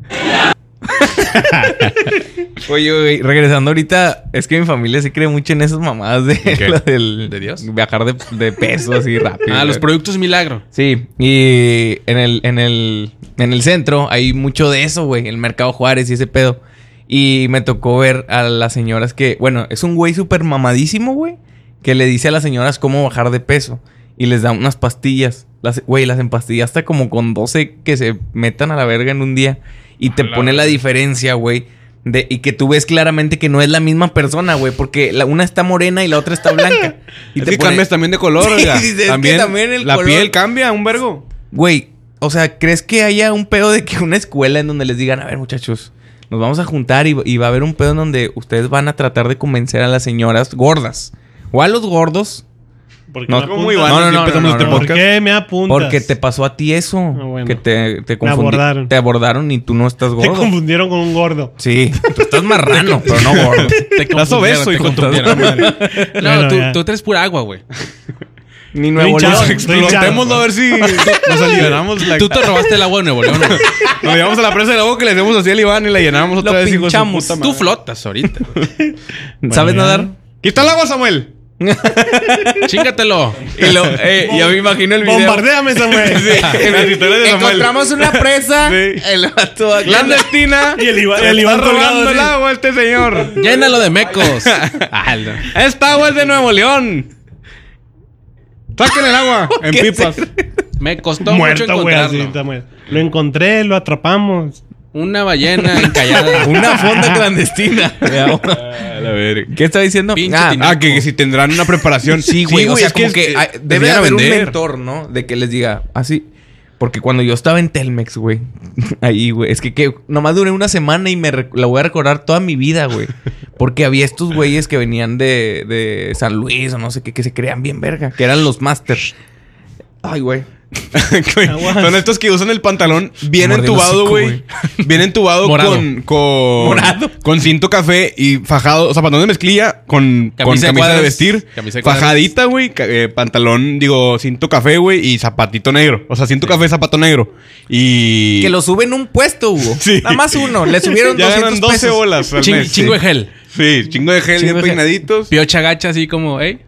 D: Oye, güey, regresando ahorita, es que mi familia se cree mucho en esas mamadas de
B: ¿Qué?
D: lo del
C: ¿De Dios?
D: viajar de, de peso así rápido.
C: Ah, los
D: güey.
C: productos milagro.
D: Sí, y en el, en el, en el centro hay mucho de eso, güey, el mercado Juárez y ese pedo. Y me tocó ver a las señoras que, bueno, es un güey súper mamadísimo, güey, que le dice a las señoras cómo bajar de peso y les da unas pastillas. Las, güey, las empastillas hasta como con 12 que se metan a la verga en un día y te
C: la
D: pone la
C: verga.
D: diferencia, güey. De, y que tú ves claramente que no es la misma persona, güey, porque la, una está morena y la otra está blanca. y
B: Y
D: te
B: te
D: pone-
B: cambias también de color,
D: Sí,
B: oiga.
D: dices, es que
B: también,
D: también el
B: la
D: color-
B: piel cambia un vergo.
D: Güey, o sea, ¿crees que haya un pedo de que una escuela en donde les digan, a ver, muchachos, nos vamos a juntar y, y va a haber un pedo en donde ustedes van a tratar de convencer a las señoras gordas o a los gordos
A: Porque
D: No,
A: me
B: ¿cómo
A: apuntas?
B: iban?
D: No, no,
B: Así
D: no,
B: empezamos
D: no,
B: este
D: no,
A: ¿Por
B: podcast.
A: qué me apuntas?
D: porque te pasó a ti eso,
B: Ah,
A: bueno.
D: que te, te confundi-
A: abordaron.
D: te abordaron y tú no estás
A: Te
D: gordo.
A: confundieron con un gordo.
D: Sí, tú estás marrano, pero no gordo.
C: Te
B: Estás
C: confundieron,
B: obeso, hijo
C: te
B: de tu
C: confundieron. No,
A: Bueno,
C: tú,
A: ya.
C: tú traes pura agua, güey.
D: Ni
A: Nuevo
D: nuevo
A: Hinchado.
D: León.
B: Explotémoslo a ver si nos alivianamos. La...
C: Tú te robaste el agua de Nuevo León, güey.
B: Nos llevamos a la presa de la boca y le hacemos así al Iván y la llenamos otra
D: Lo
B: vez. hijo de su
D: pinchamos.
B: puta madre.
C: Tú flotas ahorita.
D: ¿Sabes
A: Bueno, ya.
D: nadar?
B: ¡Aquí está el agua, Samuel!
C: Chingatelo.
D: Y lo, eh, yo me imagino el video.
A: Bombardéame, Samuel.
D: En
B: Las
D: el-
B: historias de Samuel.
D: Encontramos una presa.
B: Sí.
D: El vato aquí-
B: Clandestina.
A: Y el Iván,
B: Se
A: el
B: está
A: Iván
B: robando el
A: colgado.
B: agua este señor.
C: Llénalo de mecos. Ah, no.
B: Esta agua es de Nuevo León. Saquen el agua en
D: ¿Qué
B: pipas.
C: Me
A: así.
C: costó mucho
A: Muerto, güey. así,
C: encontrarlo.
A: Samuel. Lo encontré, lo atrapamos.
C: Una ballena encallada.
D: Una fonda clandestina.
B: Ah, la verga.
D: ¿Qué está diciendo?
C: Pinche
D: ah,
B: Ah, que, que si tendrán una preparación.
D: sí, güey. o sea,
B: es
D: como
B: es-
D: que,
B: eh,
D: hay- debe de
B: deberían
D: haber un
B: vender.
D: mentor, ¿no? De que les diga así. Porque cuando yo estaba en Telmex, güey. Ahí, güey. Es que, que nomás duré una semana y me rec- la voy a recordar toda mi vida, güey. Porque había estos güeyes que venían de, de San Luis o no sé qué, que se creían bien verga. Que eran los masters. Ay, güey.
B: Güey,
A: Aguas.
B: Son estos que usan el pantalón bien
D: Mordiendo
B: entubado,
D: hocico,
B: güey. Bien entubado
C: Morado.
B: con, con. Con cinto café y fajado. O sea, pantalón de mezclilla con
C: Camisa
B: con
C: de
B: camisa, de
C: cuadros.
B: vestir.
C: Camisa de cuadros.
B: fajadita, güey. ca- eh, pantalón, digo, cinto café, güey. Y zapatito negro. O sea, cinto café, zapato negro. Y.
D: Que lo suben un puesto, Hugo.
B: Sí.
D: Nada más uno. Le subieron
B: ya
D: 200
B: ganan 12
D: pesos.
B: bolas. Al
C: Ching-
B: mes.
C: chingo de gel.
B: Sí, chingo de gel,
D: Chingo
B: bien
D: de gel.
B: peinaditos.
C: Piocha gacha así como, ¿eh?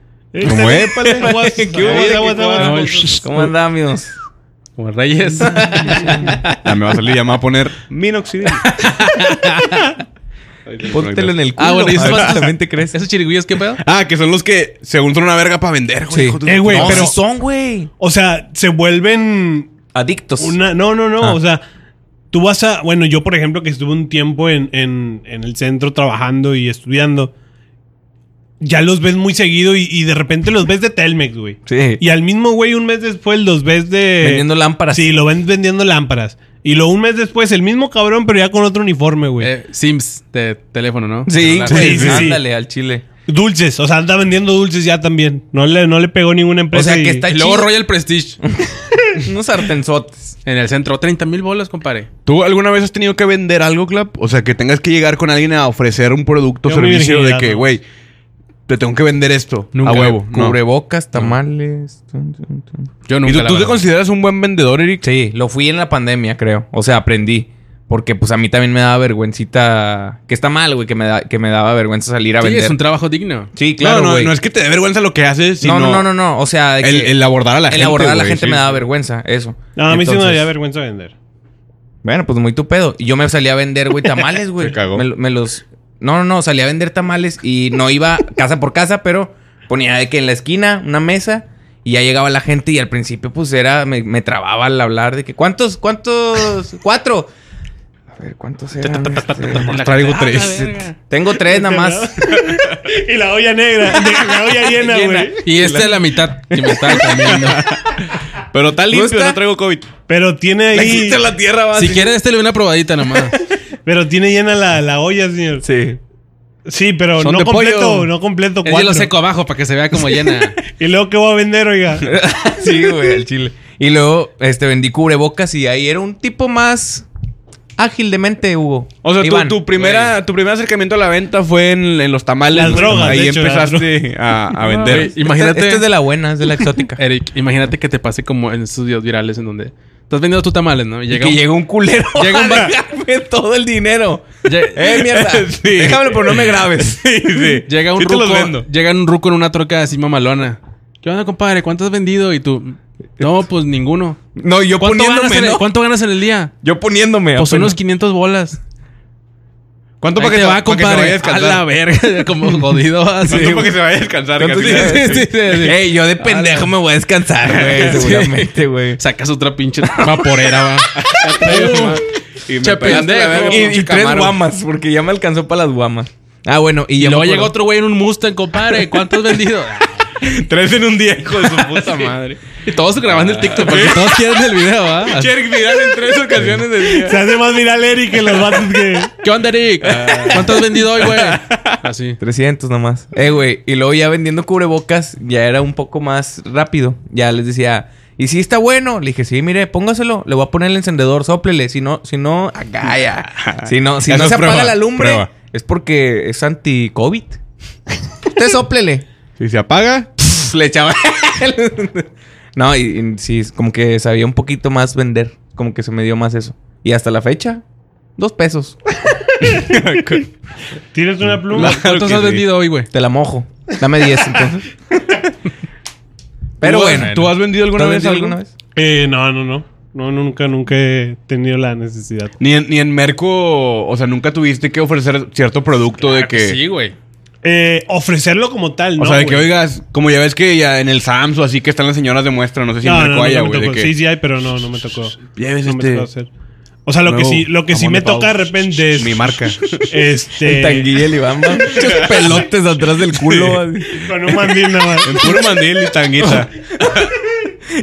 B: ¿Cómo es?
A: Aguas,
B: ¿Qué hubo?
A: aguas,
B: ¿Qué
A: aguas,
B: hubo?
A: aguas,
C: No,
A: aguas.
C: shh,
D: ¿Cómo anda, amigos?
C: Como reyes.
B: Ya me va a salir, ya me va a poner minoxidil.
D: Póntelo en el culo.
C: Ah, bueno, ¿y esos
D: A ver si
C: vatos-
D: también te crees?
C: ¿Esos chirigüillos qué pedo?
B: Ah, que son los que según son una verga para vender, güey.
D: Sí.
B: hijo de su
A: Eh, güey,
B: puta
D: No,
A: pero-
D: sí son, güey.
A: O sea, se vuelven
D: Adictos.
A: Una, no, no, no.
D: Ah.
A: O sea, tú vas a. Bueno, yo, por ejemplo, que estuve un tiempo en, en- en el centro trabajando y estudiando. Ya los ves muy seguido y, y de repente los ves de Telmex, güey.
D: Sí.
A: Y al mismo güey, un mes después los ves de.
D: Vendiendo lámparas.
A: Sí, lo ven vendiendo lámparas. Y lo un mes después, el mismo cabrón, pero ya con otro uniforme, güey.
C: Eh, Sims de teléfono, ¿no?
D: Sí,
C: Celular.
D: güey.
A: Sí, sí, sí.
D: Ándale al chile.
A: Dulces, o sea, anda vendiendo dulces ya también. No le, no le pegó ninguna
D: O
A: empresa.
D: sea,
A: y-
D: que está
C: Y luego
D: chido.
C: Royal Prestige.
D: Unos sartenzotes.
C: En el centro. 30 mil bolas, compadre.
B: ¿Tú alguna vez has tenido que vender algo, Clap? O sea, que tengas que llegar con alguien a ofrecer un producto o
A: Yo mi
B: servicio de
A: virginidad,
B: que,
A: no.
B: güey, te tengo que vender esto
C: Nunca.
B: a huevo. no.
D: Cubrebocas, tamales. tun, tun, tun.
C: Yo
B: ¿Y
C: nunca.
B: tú,
C: la
B: tú te
C: verdad.
B: consideras un buen vendedor, Eric?
D: Sí, lo fui en la pandemia, creo. O sea, aprendí. Porque pues a mí también me daba vergüencita. Que está mal, güey, que me, da- que me daba vergüenza salir a
C: Sí,
D: vender.
C: es un trabajo digno.
D: Sí,
B: Claro,
D: claro,
B: no, no,
D: güey.
B: no es que te dé vergüenza lo que haces, sino
D: no, no, no, no, no. O sea, de
B: El,
D: que
B: el abordar a la
D: el
B: gente.
D: abordar a la
B: güey, sí.
D: gente me daba vergüenza. Eso.
A: No, a mí sí me
D: Entonces-
A: daría vergüenza vender.
D: Bueno, pues muy tu pedo. Y yo me salí a vender, güey, tamales, güey.
B: Se cagó.
D: Me, lo- me los. No, no, no, salía a vender tamales y no iba casa por casa, pero ponía de que en la esquina una mesa y ya llegaba la gente y al principio pues era, me, me trababa al hablar de que ¿cuántos, cuántos, cuatro? A ver, ¿cuántos eran? Este,
B: Traigo
C: Ah,
B: tres.
C: la verga.
D: Tengo tres nada más.
A: y la olla negra, de- la olla llena, güey.
C: Y
B: este
C: esta es la mitad que me estaba comiendo.
B: Pero está limpio,
D: ¿Gusta?
B: no traigo COVID.
A: Pero tiene
B: Le
A: ahí.
B: quité la tierra, va.
C: si
B: sí.
C: quieres, este le doy una probadita nomás.
A: Pero tiene llena la, la olla, señor.
B: Sí.
A: Sí, pero
B: Son
A: no
B: de
A: completo,
B: pollo.
A: no completo.
C: Es de lo
A: cuatro.
C: seco abajo para que se vea como llena.
A: Y luego, ¿qué voy a vender, oiga?
D: sí, güey, al chile. Y luego este, vendí cubrebocas y ahí era un tipo más ágil de mente, Hugo.
B: O sea,
D: Iván.
B: tu, tu primera, tu primer acercamiento a la venta fue en, en los tamales.
A: Las
B: ¿no?
A: drogas,
B: Ahí
A: de hecho,
B: empezaste a, a vender.
C: Güey, imagínate.
D: Esta, esta Este, es de la buena, es de la exótica.
C: Eric, imagínate que te pase como en esos videos virales en donde estás vendiendo tus tamales, ¿no? Y
D: Y
C: llega
D: que
C: un-
D: llega un culero
C: Llega un
D: a
C: bar-
D: dejarme todo el dinero.
C: lle-
D: Eh, mierda.
B: Sí.
D: Déjamelo, pero no me grabes.
B: Sí, sí.
C: llega un
B: Sí te los
C: ruco,
B: vendo.
C: llega un ruco en una troca así mamalona. ¿Qué onda, compadre? ¿Cuánto has vendido? Y tú, no, pues ninguno.
D: No, yo
C: ¿Cuánto ganas,
D: poniéndome,
C: en el,
D: ¿no?
C: ¿Cuánto ganas en el día?
D: Yo poniéndome.
C: Pues
D: apenas.
C: unos 500 bolas.
B: ¿Cuánto
C: Ahí
B: para que
C: te
B: se
C: va,
B: para que se vaya a
C: compadre? A la
B: descansar?
C: verga, como jodido así.
B: ¿Cuánto para que se vaya a descansar?
D: ¿Cuánto-
B: Casi,
D: sí,
B: casi.
D: sí, Ah, sí, sí. Ey, yo de pendejo me voy a descansar, güey. Seguramente, güey.
C: Sacas otra pinche vaporera, va.
B: Y me
C: Che,
B: pegaste la
C: pendejo.
B: verga,
D: Y,
B: pinche
D: y tres
B: Camaro.
D: guamas, porque ya me alcanzó para las guamas. Ah, bueno, y,
C: Y
D: ya
C: luego
D: me
C: llega
D: acuerdo.
C: otro güey en un Mustang, compadre. ¿Cuánto has vendido?
B: Tres en un día, hijo de su puta madre.
C: Y todos grabando el TikTok porque todos quieren el video, ¿va?
B: Cherk, viral en tres ocasiones del día.
A: Se hace más viral Eric que los vatos que.
C: ¿Qué onda, Eric? ¿Cuánto has vendido hoy, güey? Así.
D: 300 nomás. Eh, güey. Y luego ya vendiendo cubrebocas, ya era un poco más rápido. Ya les decía, ¿y si está bueno? Le dije, sí, mire, póngaselo. Le voy a poner el encendedor, soplele. Si no, si no, acá ya. Si no, si
B: Eso
D: no
B: es
D: se
B: prueba,
D: apaga la lumbre,
B: prueba.
D: es porque es anti-COVID. Usted soplele.
B: Si se apaga,
D: Pff, Le echaba. no, y, y sí, es como que sabía un poquito más vender. Como que se me dio más eso. Y hasta la fecha, dos pesos.
A: ¿Tienes una pluma?
C: ¿Cuántos
B: que
C: has
B: sí.
C: vendido hoy, güey?
D: Te la mojo. Dame 10 entonces. Pero
B: ¿Tú-
D: bueno.
B: ¿Tú has vendido alguna
D: ¿Tú has
B: vez
D: vendido
B: algo?
D: alguna vez?
A: Eh, no, no, no. No, nunca, nunca he tenido la necesidad.
B: Ni en, ni en Merco, o sea, nunca tuviste que ofrecer cierto producto de que.
C: Sí, güey.
A: Eh, ofrecerlo como tal, ¿no?
B: o sea, de que
A: güey.
B: oigas, como ya ves que ya en el Sams o así que están las señoras de muestra, no sé si
A: No,
B: en
A: no,
B: Merco
A: no,
B: haya,
A: no me
B: güey. de
A: tocó.
B: que-
A: Sí, sí hay, pero no, no me tocó.
B: Lleves
A: no me
B: este
A: tocó hacer. O sea, lo que
B: nuevo
A: sí, lo que sí
B: jamón
A: me
B: de pavo.
A: toca de repente es.
B: Mi marca.
D: El
A: Este.
D: tanguilla, el Iván, va. Muchos pelotes atrás del culo. así.
A: Con un mandil nada más.
B: En puro mandil y tanguita.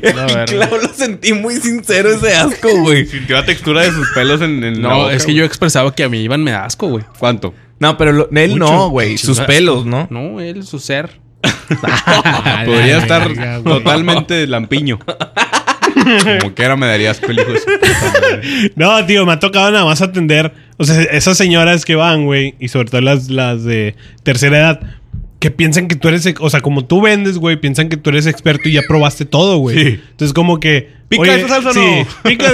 D: Claro, lo sentí muy sincero ese asco, güey.
B: Sintió la textura de sus pelos en, en la
C: No,
B: boca,
C: es que
B: güey.
C: yo expresaba que a mí Iván me da asco, güey.
B: ¿Cuánto?
D: No, pero lo- él no, güey. Sus pelos, ¿no?
C: No, él, su ser.
B: Podría estar
A: verga, güey.
B: totalmente lampiño. Como quiera me darías peligros.
A: No, tío, me ha tocado nada más atender. O sea, esas señoras que van, güey, y sobre todo las, las de tercera edad, que piensan que tú eres. ex- O sea, como tú vendes, güey, piensan que tú eres experto y ya probaste todo, güey.
B: Sí.
A: Entonces, como que.
B: ¿Pica
A: oye,
B: esa salsa o
A: sí,
B: no?
A: pica.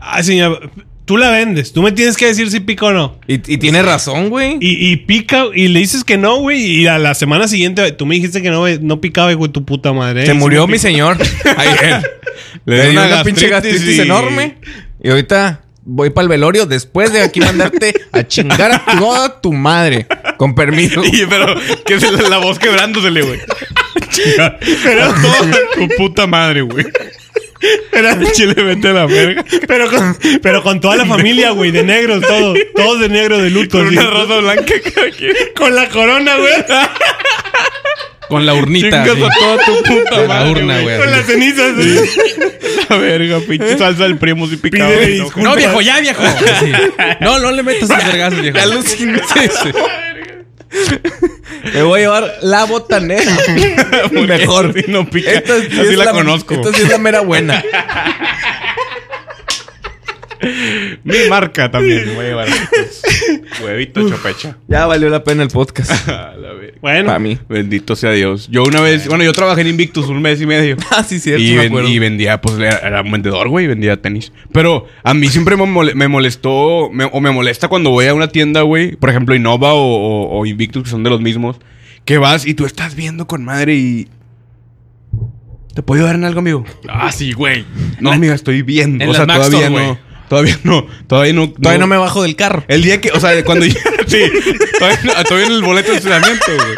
A: Ah, señora, tú la vendes. Tú me tienes que decir si pica o no.
D: Y, y tiene razón, güey.
A: Y, y pica, y le dices que no, güey, y a la semana siguiente, tú me dijiste que no, güey, no picaba, güey, tu puta madre.
D: Se
A: ¿eh?
D: murió mi señor. Ayer. Le dio una, pinche
B: gastritis
D: gastritis
B: y-
D: enorme. Y ahorita voy para el velorio después de aquí mandarte a chingar a toda tu madre. Con permiso.
B: Y, pero que es la, la voz quebrándosele, güey.
A: Pero,
B: Tu puta madre, güey.
A: pero-
B: Chile, vete a la verga.
A: pero con, pero con toda la familia, güey, de negros, todos. Todos de negro, de luto.
B: Con
A: así.
B: una rosa blanca que aquí.
A: Con la corona, güey.
C: Con la urnita.
B: Chingas
C: así.
B: a toda tu puta
C: Con
B: madre.
C: la urna, güey.
A: Con las
C: así.
A: cenizas.
B: La verga, pinche salsa del primo sí picaba.
A: Pídele
B: güey, no,
A: disculpas.
C: No, viejo, ya, viejo. Así. No, no le metas esos vergazos, viejo.
D: Ya los sí, sí. Me voy a llevar la botanera. Mejor.
B: Sí, no pica.
D: Esta sí
B: Así
D: es
B: la conozco.
D: Esta sí es la mera buena.
B: Mi marca también. me Voy a llevar. Huevito chopecha.
D: Ya valió la pena el podcast.
B: A la verga.
A: Bueno,
D: Para mí.
B: Bendito sea Dios. Yo una vez, bueno, yo trabajé en Invictus un mes y medio.
D: Ah, sí, cierto,
B: Y,
D: me
B: ven-
D: acuerdo.
B: y vendía, pues era, era un vendedor, güey, y vendía tenis. Pero a mí siempre me, mole- me molestó, me- o me molesta cuando voy a una tienda, güey, por ejemplo, Innova o, o- o Invictus, que son de los mismos, que vas y tú estás viendo con madre y. ¿Te puedo dar en algo, amigo?
C: Ah, sí, güey.
B: No, amiga, estoy viendo.
C: en
B: o sea,
C: las Mac
B: todavía
C: Store, güey.
B: no. Todavía no. Todavía no.
D: Todavía no me bajo del carro.
B: El día que, o sea, cuando ya, sí, todavía, no- todavía en el boleto de entrenamiento, güey.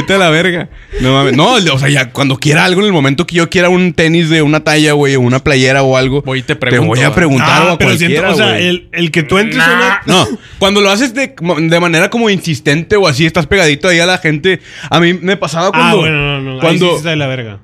B: Vete a la verga. No mames. No, o sea, ya cuando quiera algo, en el momento que yo quiera un tenis de una talla, güey, o una playera o algo,
C: Voy y te
B: te
C: pregunto,
B: voy a
C: güey.
B: preguntar o
A: Ah,
B: a
A: pero
B: cualquiera,
A: siento, o sea,
B: güey.
A: el, el que tú entres a una-
B: No, cuando lo haces de, de manera como insistente o así, estás pegadito ahí a la gente. A mí me pasaba
A: Ah,
B: cuando.
A: bueno, no, no. Cuando...
B: Cuando,
A: Ahí sí está de la verga.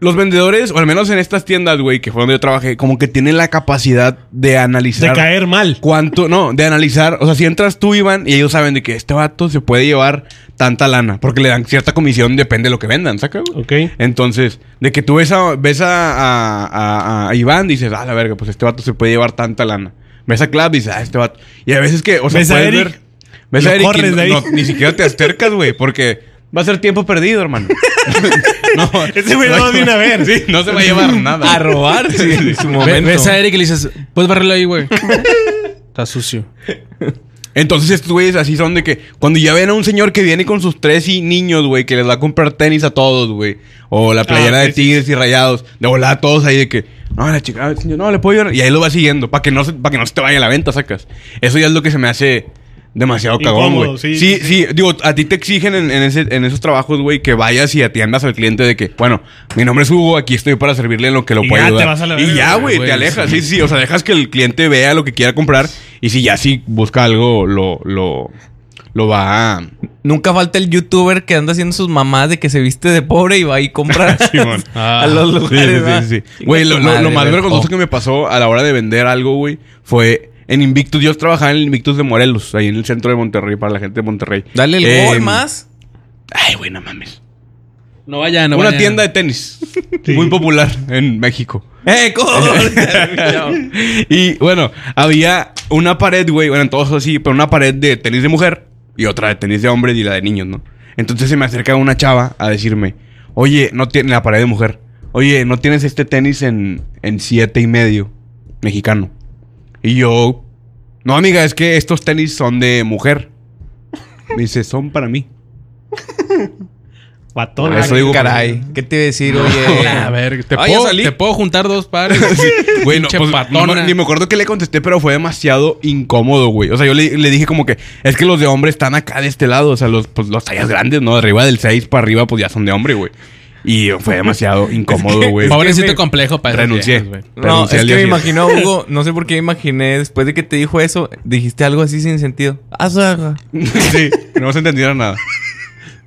B: los vendedores, o al menos en estas tiendas, güey, que fue donde yo trabajé, como que tienen la capacidad de
A: De
B: analizar.
A: caer mal.
B: ¿Cuánto? No, de analizar. O sea, si entras tú, Iván, y ellos saben de que este vato se puede llevar tanta lana. Porque le dan cierta comisión, depende de lo que vendan, ¿saca? güey?
A: Ok.
B: Entonces, de que tú ves a, ves a, a- a- a Iván, dices, ah, la verga, pues este vato se puede llevar tanta lana. Ves a Clap, dices, ah, este vato. Y a veces que, o sea,
A: Ves a
B: puedes
A: Eric,
B: ver- Ves
A: lo
B: a Eric y
A: corres
B: no-
A: de ahí.
B: no, ni siquiera te acercas, güey, porque va a ser tiempo perdido, hermano. no,
A: Ese güey no viene a ver.
B: Sí, no se va a llevar nada.
D: A robar, sí, en su
C: Ve-
D: momento.
C: Ves a Eric y le dices, puedes barrerlo ahí, güey. Está sucio.
B: Entonces estos güeyes así son de que cuando ya ven a un señor que viene con sus tres y niños, güey, que les va a comprar tenis a todos, güey. O la playera
A: Ah,
B: de
A: sí,
B: tigres y rayados, de volar a todos ahí de que, no, la chica, ah, señor, no, le puedo llevar. Y ahí lo va siguiendo, para que, no se- pa' que no se te vaya a la venta, sacas. Eso ya es lo que se me hace demasiado cagón,
A: Incómodo,
B: güey.
A: sí,
B: Sí sí,
A: sí,
B: digo, a ti te exigen en, en ese- en esos trabajos, güey, que vayas y atiendas al cliente de que, bueno, mi nombre es Hugo, aquí estoy para servirle en lo que lo
A: Y
B: pueda
A: ya te
B: ayudar.
A: vas a la
B: y
A: verga,
B: ya, güey,
C: güey,
B: te alejas, sí, sí, o sea, dejas que el cliente vea lo que quiera comprar y si ya sí busca algo, lo, lo, lo va a...
D: Nunca falta el youtuber que anda haciendo sus mamás de que se viste de pobre y va y compra
B: Simón.
D: a los lugares. ¿verdad?
B: Ah. Sí, sí, sí, sí. Güey, lo, lo- lo
D: Madre,
B: más
D: güey.
B: vergonzoso
D: Oh.
B: que me pasó a la hora de vender algo, güey, fue en Invictus. Yo trabajaba en el Invictus de Morelos, ahí en el centro de Monterrey, para la gente de Monterrey.
D: Dale el
B: Eh,
D: gol más.
B: Ay, güey, no mames.
C: No vaya, no
B: Una
C: vaya.
B: tienda de tenis.
A: Sí.
B: Muy popular en México.
D: ¡Eh, gol!
B: y bueno, había una pared, güey. Bueno, en todos así, pero una pared de tenis de mujer y otra de tenis de hombres y la de niños, ¿no? Entonces se me acerca una chava a decirme, oye, no tiene la pared de mujer. Oye, ¿no tienes este tenis en, en siete y medio mexicano? Y yo, no, amiga, es que estos tenis son de mujer. Me dice, son para mí.
A: Patón.
B: Por eso digo-
D: Caray, ¿qué te iba a decir? Oye,
C: A ver, te,
B: Ah, ya
C: puedo,
B: salí.
C: te puedo juntar dos pares.
B: Güey, no,
C: Pinche
B: pues,
C: patona.
B: no me- ni me acuerdo que le contesté, pero fue demasiado incómodo, güey. O sea, yo le, le dije como que es que los de hombre están acá de este lado. O sea, los, pues, los tallas grandes, ¿no? Arriba del 6 para arriba, pues ya son de hombre, güey. Y fue demasiado incómodo, güey.
C: Pobrecito complejo para esas
B: Renuncié.
C: viejas, güey.
D: No,
B: Renuncié
D: es
B: al
D: que
B: día
D: me
B: siguiente.
D: imaginó, Hugo, no sé por qué me imaginé, después de que te dijo eso, dijiste algo así sin sentido. Ah, suaga.
B: sí, no se entendieron nada.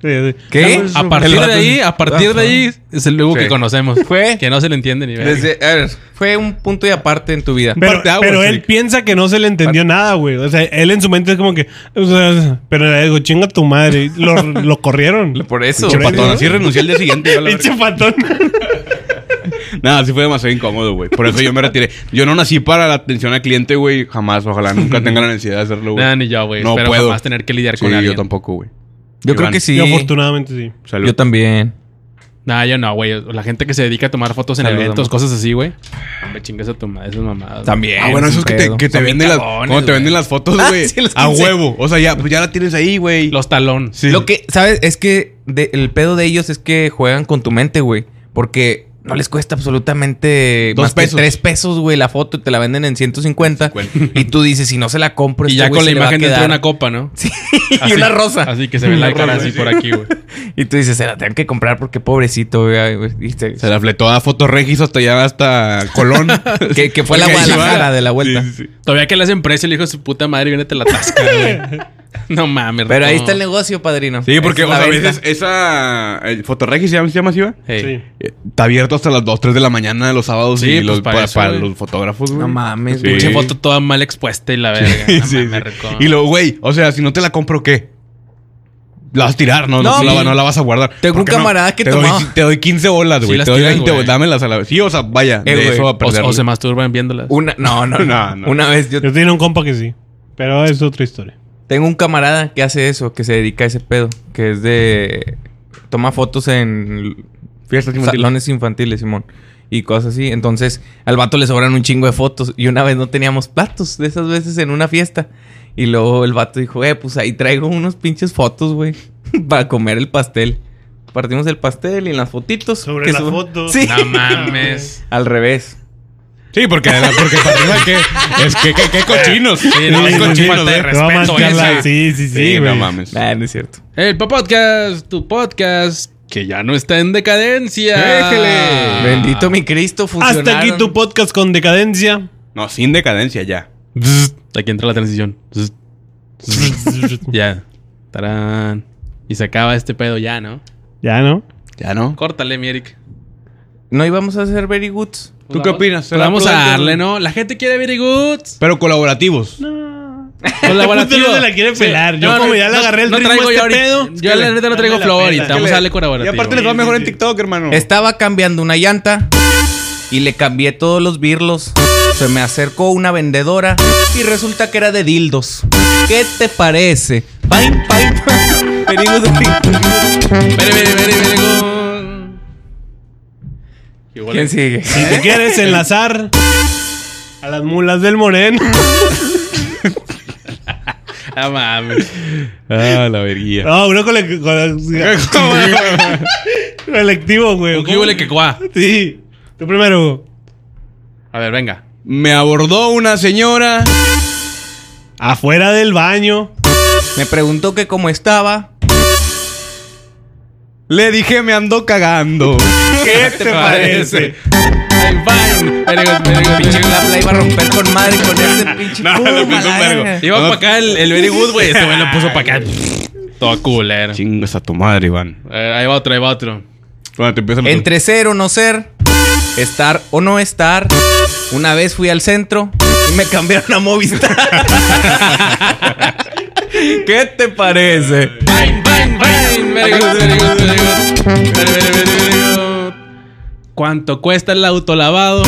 D: ¿Qué?
C: A partir de ahí, a partir de ahí, es el Hugo
B: Sí.
C: que conocemos.
D: Fue.
C: Que no se le entiende ni verga.
D: Desde- a ver, fue un punto y aparte en tu vida.
A: Pero,
B: Parte agua,
A: pero él
B: Eric.
A: piensa que no se le entendió nada, güey. O sea, él en su mente es como que. o sea, pero le digo, chinga tu madre. Lo, lo corrieron.
D: Por eso.
A: Pinche
B: Patón, así renuncié al día siguiente. yo a la verga.
A: Pinche patón.
B: Nada, sí fue demasiado incómodo, güey. Por eso yo me retiré. Yo no nací para la atención al cliente, güey. Jamás. Ojalá nunca tenga la necesidad de hacerlo, güey.
C: Nada, ni yo, güey.
B: No
C: Espero
B: puedo.
C: jamás tener que lidiar
B: Sí,
C: con alguien.
B: yo tampoco, güey.
D: Yo creo
B: Iván.
D: que sí.
A: Y afortunadamente sí.
B: Salud.
D: Yo también.
C: Nah, yo no, güey. La gente que se dedica a tomar fotos en
D: Saludos,
C: eventos,
D: amor.
C: cosas así, güey. Hombre, chingas a tu madre, esas mamadas.
D: También.
B: Ah, bueno,
D: sin
B: esos que te,
D: pedo.
B: que te
C: Son bien
B: venden las,
C: cabrones,
B: cuando te
C: güey.
B: venden las fotos,
D: Ah,
B: güey.
D: sí, los
B: a
D: 15.
B: huevo. O sea, ya, pues ya la tienes ahí, güey.
C: Los talón.
B: Sí.
D: Lo que, ¿sabes? Es que de- el pedo de ellos es que juegan con tu mente, güey. Porque no les cuesta absolutamente
B: Dos
D: más que
B: pesos.
D: tres pesos, güey, la foto y te la venden en 150.
B: 150,
D: y tú dices, si no se la compro,
C: Y
D: este
C: ya
D: güey
C: con la
D: se le va a
C: imagen dentro de
D: quedar.
C: una copa, ¿no?
D: Sí, y una rosa.
C: Así que se ve
D: Una
C: la cara
D: rosa,
C: así
D: sí.
C: por aquí, güey.
D: Y tú dices, se la tengo que comprar porque pobrecito, güey. güey", y te-
B: Se la fletó a Fotos Regis hasta allá hasta Colón.
D: que, que fue la
B: Porque ahí
D: Guadalajara
B: va.
D: de la vuelta.
B: Sí, sí, sí.
C: Todavía que le hacen precio, el hijo de su puta madre viene y te la tasca, güey. No mames,
D: Pero ahí
C: no.
D: está el negocio, padrino.
B: Sí, porque o sea,
D: Esa es la
B: a
D: venta.
B: veces esa. eh, Fotos Regis se llama, se llama así, va?
C: Hey.
A: Sí.
B: Eh, Está abierto hasta las 2, 3 de la mañana los sábados
C: Sí,
B: y
C: pues,
B: los,
C: para
B: para,
C: eso,
B: para
C: güey.
B: los fotógrafos, güey.
D: No mames,
B: Sí.
D: güey.
C: Pinche foto toda mal expuesta y la verga.
B: Sí,
C: No
B: sí,
C: mames,
B: sí.
C: rico.
B: Y luego, güey, o sea, si no te la compro, ¿qué? La vas a tirar, no, no,
D: No,
B: no la,
D: sí.
B: no la vas a guardar.
D: Tengo
B: ¿Por
D: un
B: qué no?
D: camarada que
B: te doy,
D: tomaba-
B: te doy 15 bolas,
C: Sí
B: güey.
C: las
B: te doy
C: tiras,
B: 20
C: güey.
B: bolas. Dámelas a la vez. Sí, o sea, vaya,
D: Eh,
B: de
D: güey,
B: eso va a
C: o,
B: perder.
C: o se masturban viéndolas.
D: Una, no, no, no,
B: No, no.
D: Una vez yo
A: Yo tenía un compa que sí. Pero es otra historia.
D: tengo un camarada que hace eso, que se dedica a ese pedo, que es de toma fotos en
B: Fiestas infantiles.
D: salones infantiles, Simón. Y cosas así. Entonces, al vato le sobran un chingo de fotos. Y una vez no teníamos platos de esas veces en una fiesta. Y luego el vato dijo, eh, pues ahí traigo unos pinches fotos, güey. Para comer el pastel. Partimos el pastel y en las fotitos.
A: Sobre
D: que
A: la
D: sub-
A: foto.
D: Sí.
C: No mames.
D: al revés.
B: Sí, Sí, porque, porque para arriba que es que qué cochinos. Sí,
C: no,
B: qué
C: sí, sí,
B: cochinos,
C: falta de
B: eh.
A: Te va a
C: respeto
A: marcar la-
C: ese.
A: Sí, sí, sí,
B: Sí,
A: güey.
B: no mames.
D: Nah, no es cierto.
C: El podcast, tu podcast, que ya no está en decadencia.
B: Éjele. Ah.
D: Bendito mi Cristo, funcionaron.
A: Hasta aquí tu podcast con decadencia.
B: No, sin decadencia ya.
C: Bzz, Aquí entra la transición. Bzz, Ya. Tarán. Y se acaba este pedo ya, ¿no?
A: ya, ¿no?
B: Ya no.
C: Córtale, mi Eric.
D: No íbamos a hacer very goods.
B: ¿Tú qué opinas?
C: Pues
B: ¿Será
C: vamos a
B: prudente?
C: darle, ¿no? La gente quiere Very Goods.
B: Pero colaborativos.
C: Pues Colaborativo.
A: Puta, no se la quiere pelar. Yo como ya le agarré el ritmo a
C: traigo
A: este
C: yo ahorita-
A: pedo,
C: Yo la neta no
A: dame
C: traigo
A: la
C: flow
A: pela.
C: ahorita. Vamos a darle colaborativo.
B: Y aparte les va mejor en TikTok, hermano.
D: Estaba cambiando una llanta y le cambié todos los birlos. Se me acercó una vendedora y resulta que era de dildos. ¿Qué te parece? Pain, pain, pain. Venimos de
C: Very, very, very, very good. Igual
D: ¿Quién
C: es-
D: sigue?
A: Si te quieres enlazar a las mulas del moreno.
C: Ah, mames.
B: Ah, la verguía.
A: No, uno cole- cole- colectivo, güey.
C: Un huele que cuá.
A: Sí. Tú primero, Hugo.
C: A ver, venga.
B: Me abordó una señora.
A: Afuera del baño.
D: Me preguntó que cómo estaba.
B: Le dije, me ando cagando.
D: ¿Qué te
B: parece?
C: I'm fine. Very good, very good,
D: Pinche
C: very good.
D: la iba a romper con madre con ese pinche.
B: No,
D: puma,
B: lo picó un
D: la
B: vergo.
D: verga.
C: Iba para acá el, el Very Good, güey. Este güey lo puso para acá. Todo culero.
B: Chingas a tu madre, Iván.
C: A ver, ahí va otro, ahí va otro.
B: Bueno, te empiezan
D: Entre ser o no ser, estar o no estar. Una vez fui al centro y me cambiaron a Movistar. ¿Qué te parece?
C: Fine, fine, fine. Very good, very good, very good. Very, very, very, very good. ¿Cuánto cuesta el autolavado?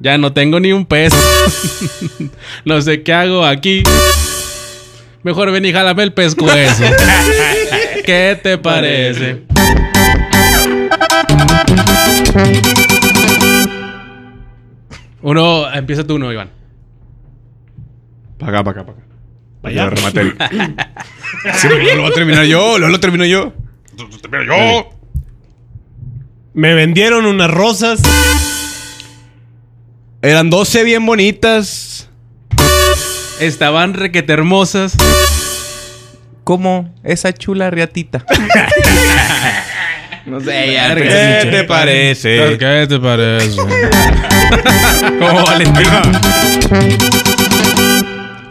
C: Ya no tengo ni un peso. no sé qué hago aquí. Mejor ven y jálame el pescuezo. ¿Qué te parece? Uno, empieza tú uno, Iván.
B: Para acá, para acá, para acá.
A: Para allá.
B: remate él. Sí, porque lo voy a terminar yo, lo, lo termino yo. Lo termino yo.
A: Me vendieron unas rosas.
B: Eran 12 bien bonitas.
C: Estaban requete hermosas.
D: Como esa chula riatita. no sé, ya.
C: Verga.
D: pero-
B: ¿Qué te parece?
C: ¿Qué te parece?
B: Como Valentín.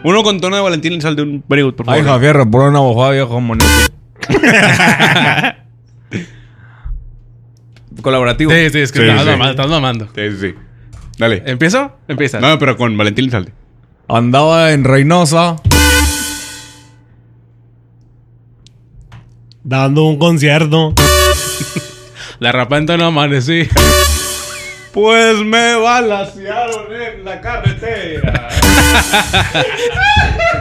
B: Uno con tono de Valentín le sale un very good, por favor.
D: Javier, por una bojada viejo monito. Colaborativo.
C: Sí, sí, es que
B: Sí,
C: estás
B: sí.
C: mamando, estás mamando.
B: Sí, sí, sí. Dale.
C: ¿Empiezo? Empiezas.
B: No, pero con Valentín Elizalde.
D: Andaba en Reynosa.
A: Dando un concierto.
C: La rapanta no amanecí.
B: Pues me balasearon en la carretera.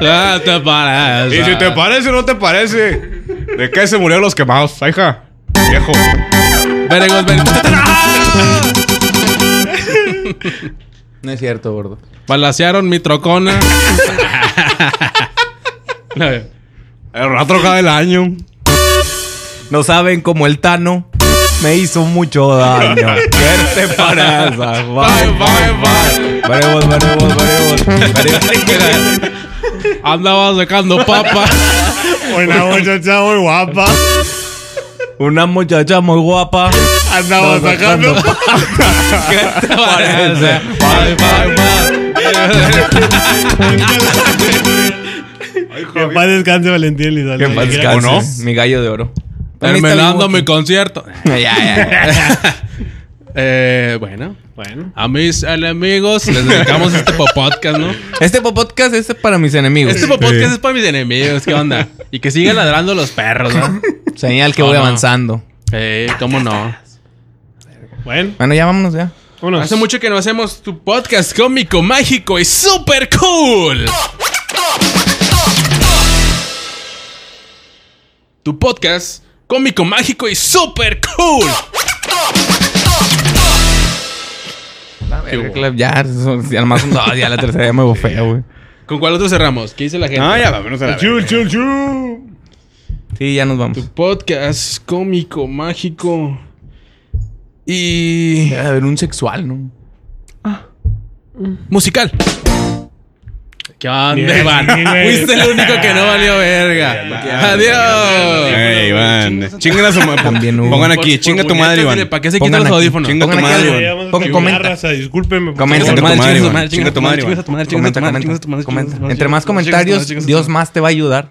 C: Ah, te paras.
B: Y si te parece o no te parece, ¿de qué se murieron los quemados? Ay, ja. Viejo.
C: Very good, very
D: No es cierto, gordo.
C: Balasearon mi trocona. No, eh.
B: El rato cada el año.
D: No saben cómo el Tano me hizo mucho daño. ¿Qué te parece? Bye,
C: bye,
D: Veremos, veremos, veremos. Veremos.
C: Andaba sacando papa.
A: Una muchacha muy guapa.
D: Una muchacha muy guapa.
A: Andaba
D: Estaba
A: sacando.
D: ¿Qué te parece?
C: Bye, bye, bye.
A: Que en paz descanse Valentín Elizalde.
D: En paz
A: Que-
D: descanse.
B: ¿O no?
D: Mi gallo de oro.
C: Terminando mi concierto.
D: Ya, ya, ya.
C: Eh, bueno.
A: Bueno.
C: A mis enemigos les dedicamos este podcast, ¿no?
D: Este podcast es para mis enemigos.
C: Este podcast es para mis enemigos, ¿qué onda? Y que sigan ladrando los perros, ¿no?
D: Señal que
C: No,
D: voy
C: no.
D: avanzando.
C: Eh, cómo no.
A: Bueno.
D: Bueno, ya vámonos ya.
A: Vámonos.
C: Hace mucho que no hacemos tu podcast cómico, mágico y super cool. Tu podcast cómico, mágico y super cool.
D: Verga, Clef, Ya, son- ya nomás un dos, ya la tercera ya me bofea, güey.
C: ¿Con cuál otro cerramos? ¿Qué dice la gente?
B: Ah, ya, vámonos a la
A: Chul, chul, chul.
D: Sí, ya nos vamos.
C: Tu podcast cómico, mágico y
D: Debe haber un sexual, ¿no?
C: Musical. ¿Qué onda,
A: Bien,
C: Iván?
A: sí, güey.
C: Fuiste el único que no valió verga. Adiós.
B: Ey, Iván. Chingan a su madre.
D: También hubo.
B: Pongan aquí,
C: Por-
B: chinga
C: por
B: tu madre,
C: puñetas,
B: Iván.
C: ¿Para qué se quitan
D: Pongan
C: los
D: aquí,
C: audífonos?
B: Chinga tu
D: Pongan aquí
B: madre,
D: algo.
B: Iván.
A: Vamos a
D: Pon-
A: terminar,
D: comenta.
A: raza, discúlpenme. por
D: Comenta,
A: favor.
B: tu madre,
C: Chinga tu
B: Iván.
C: madre, chinga tu madre,
D: Comenta,
C: chinga tu madre, chinga tu madre, chinga tu madre, chinga tu madre, chinga tu madre,
D: comenta,
C: chinga tu madre, chinga tu
D: comenta.
C: madre,
D: Entre más
C: chinga tu madre,
D: comentarios,
C: chinga tu madre.
D: Dios más te va a ayudar.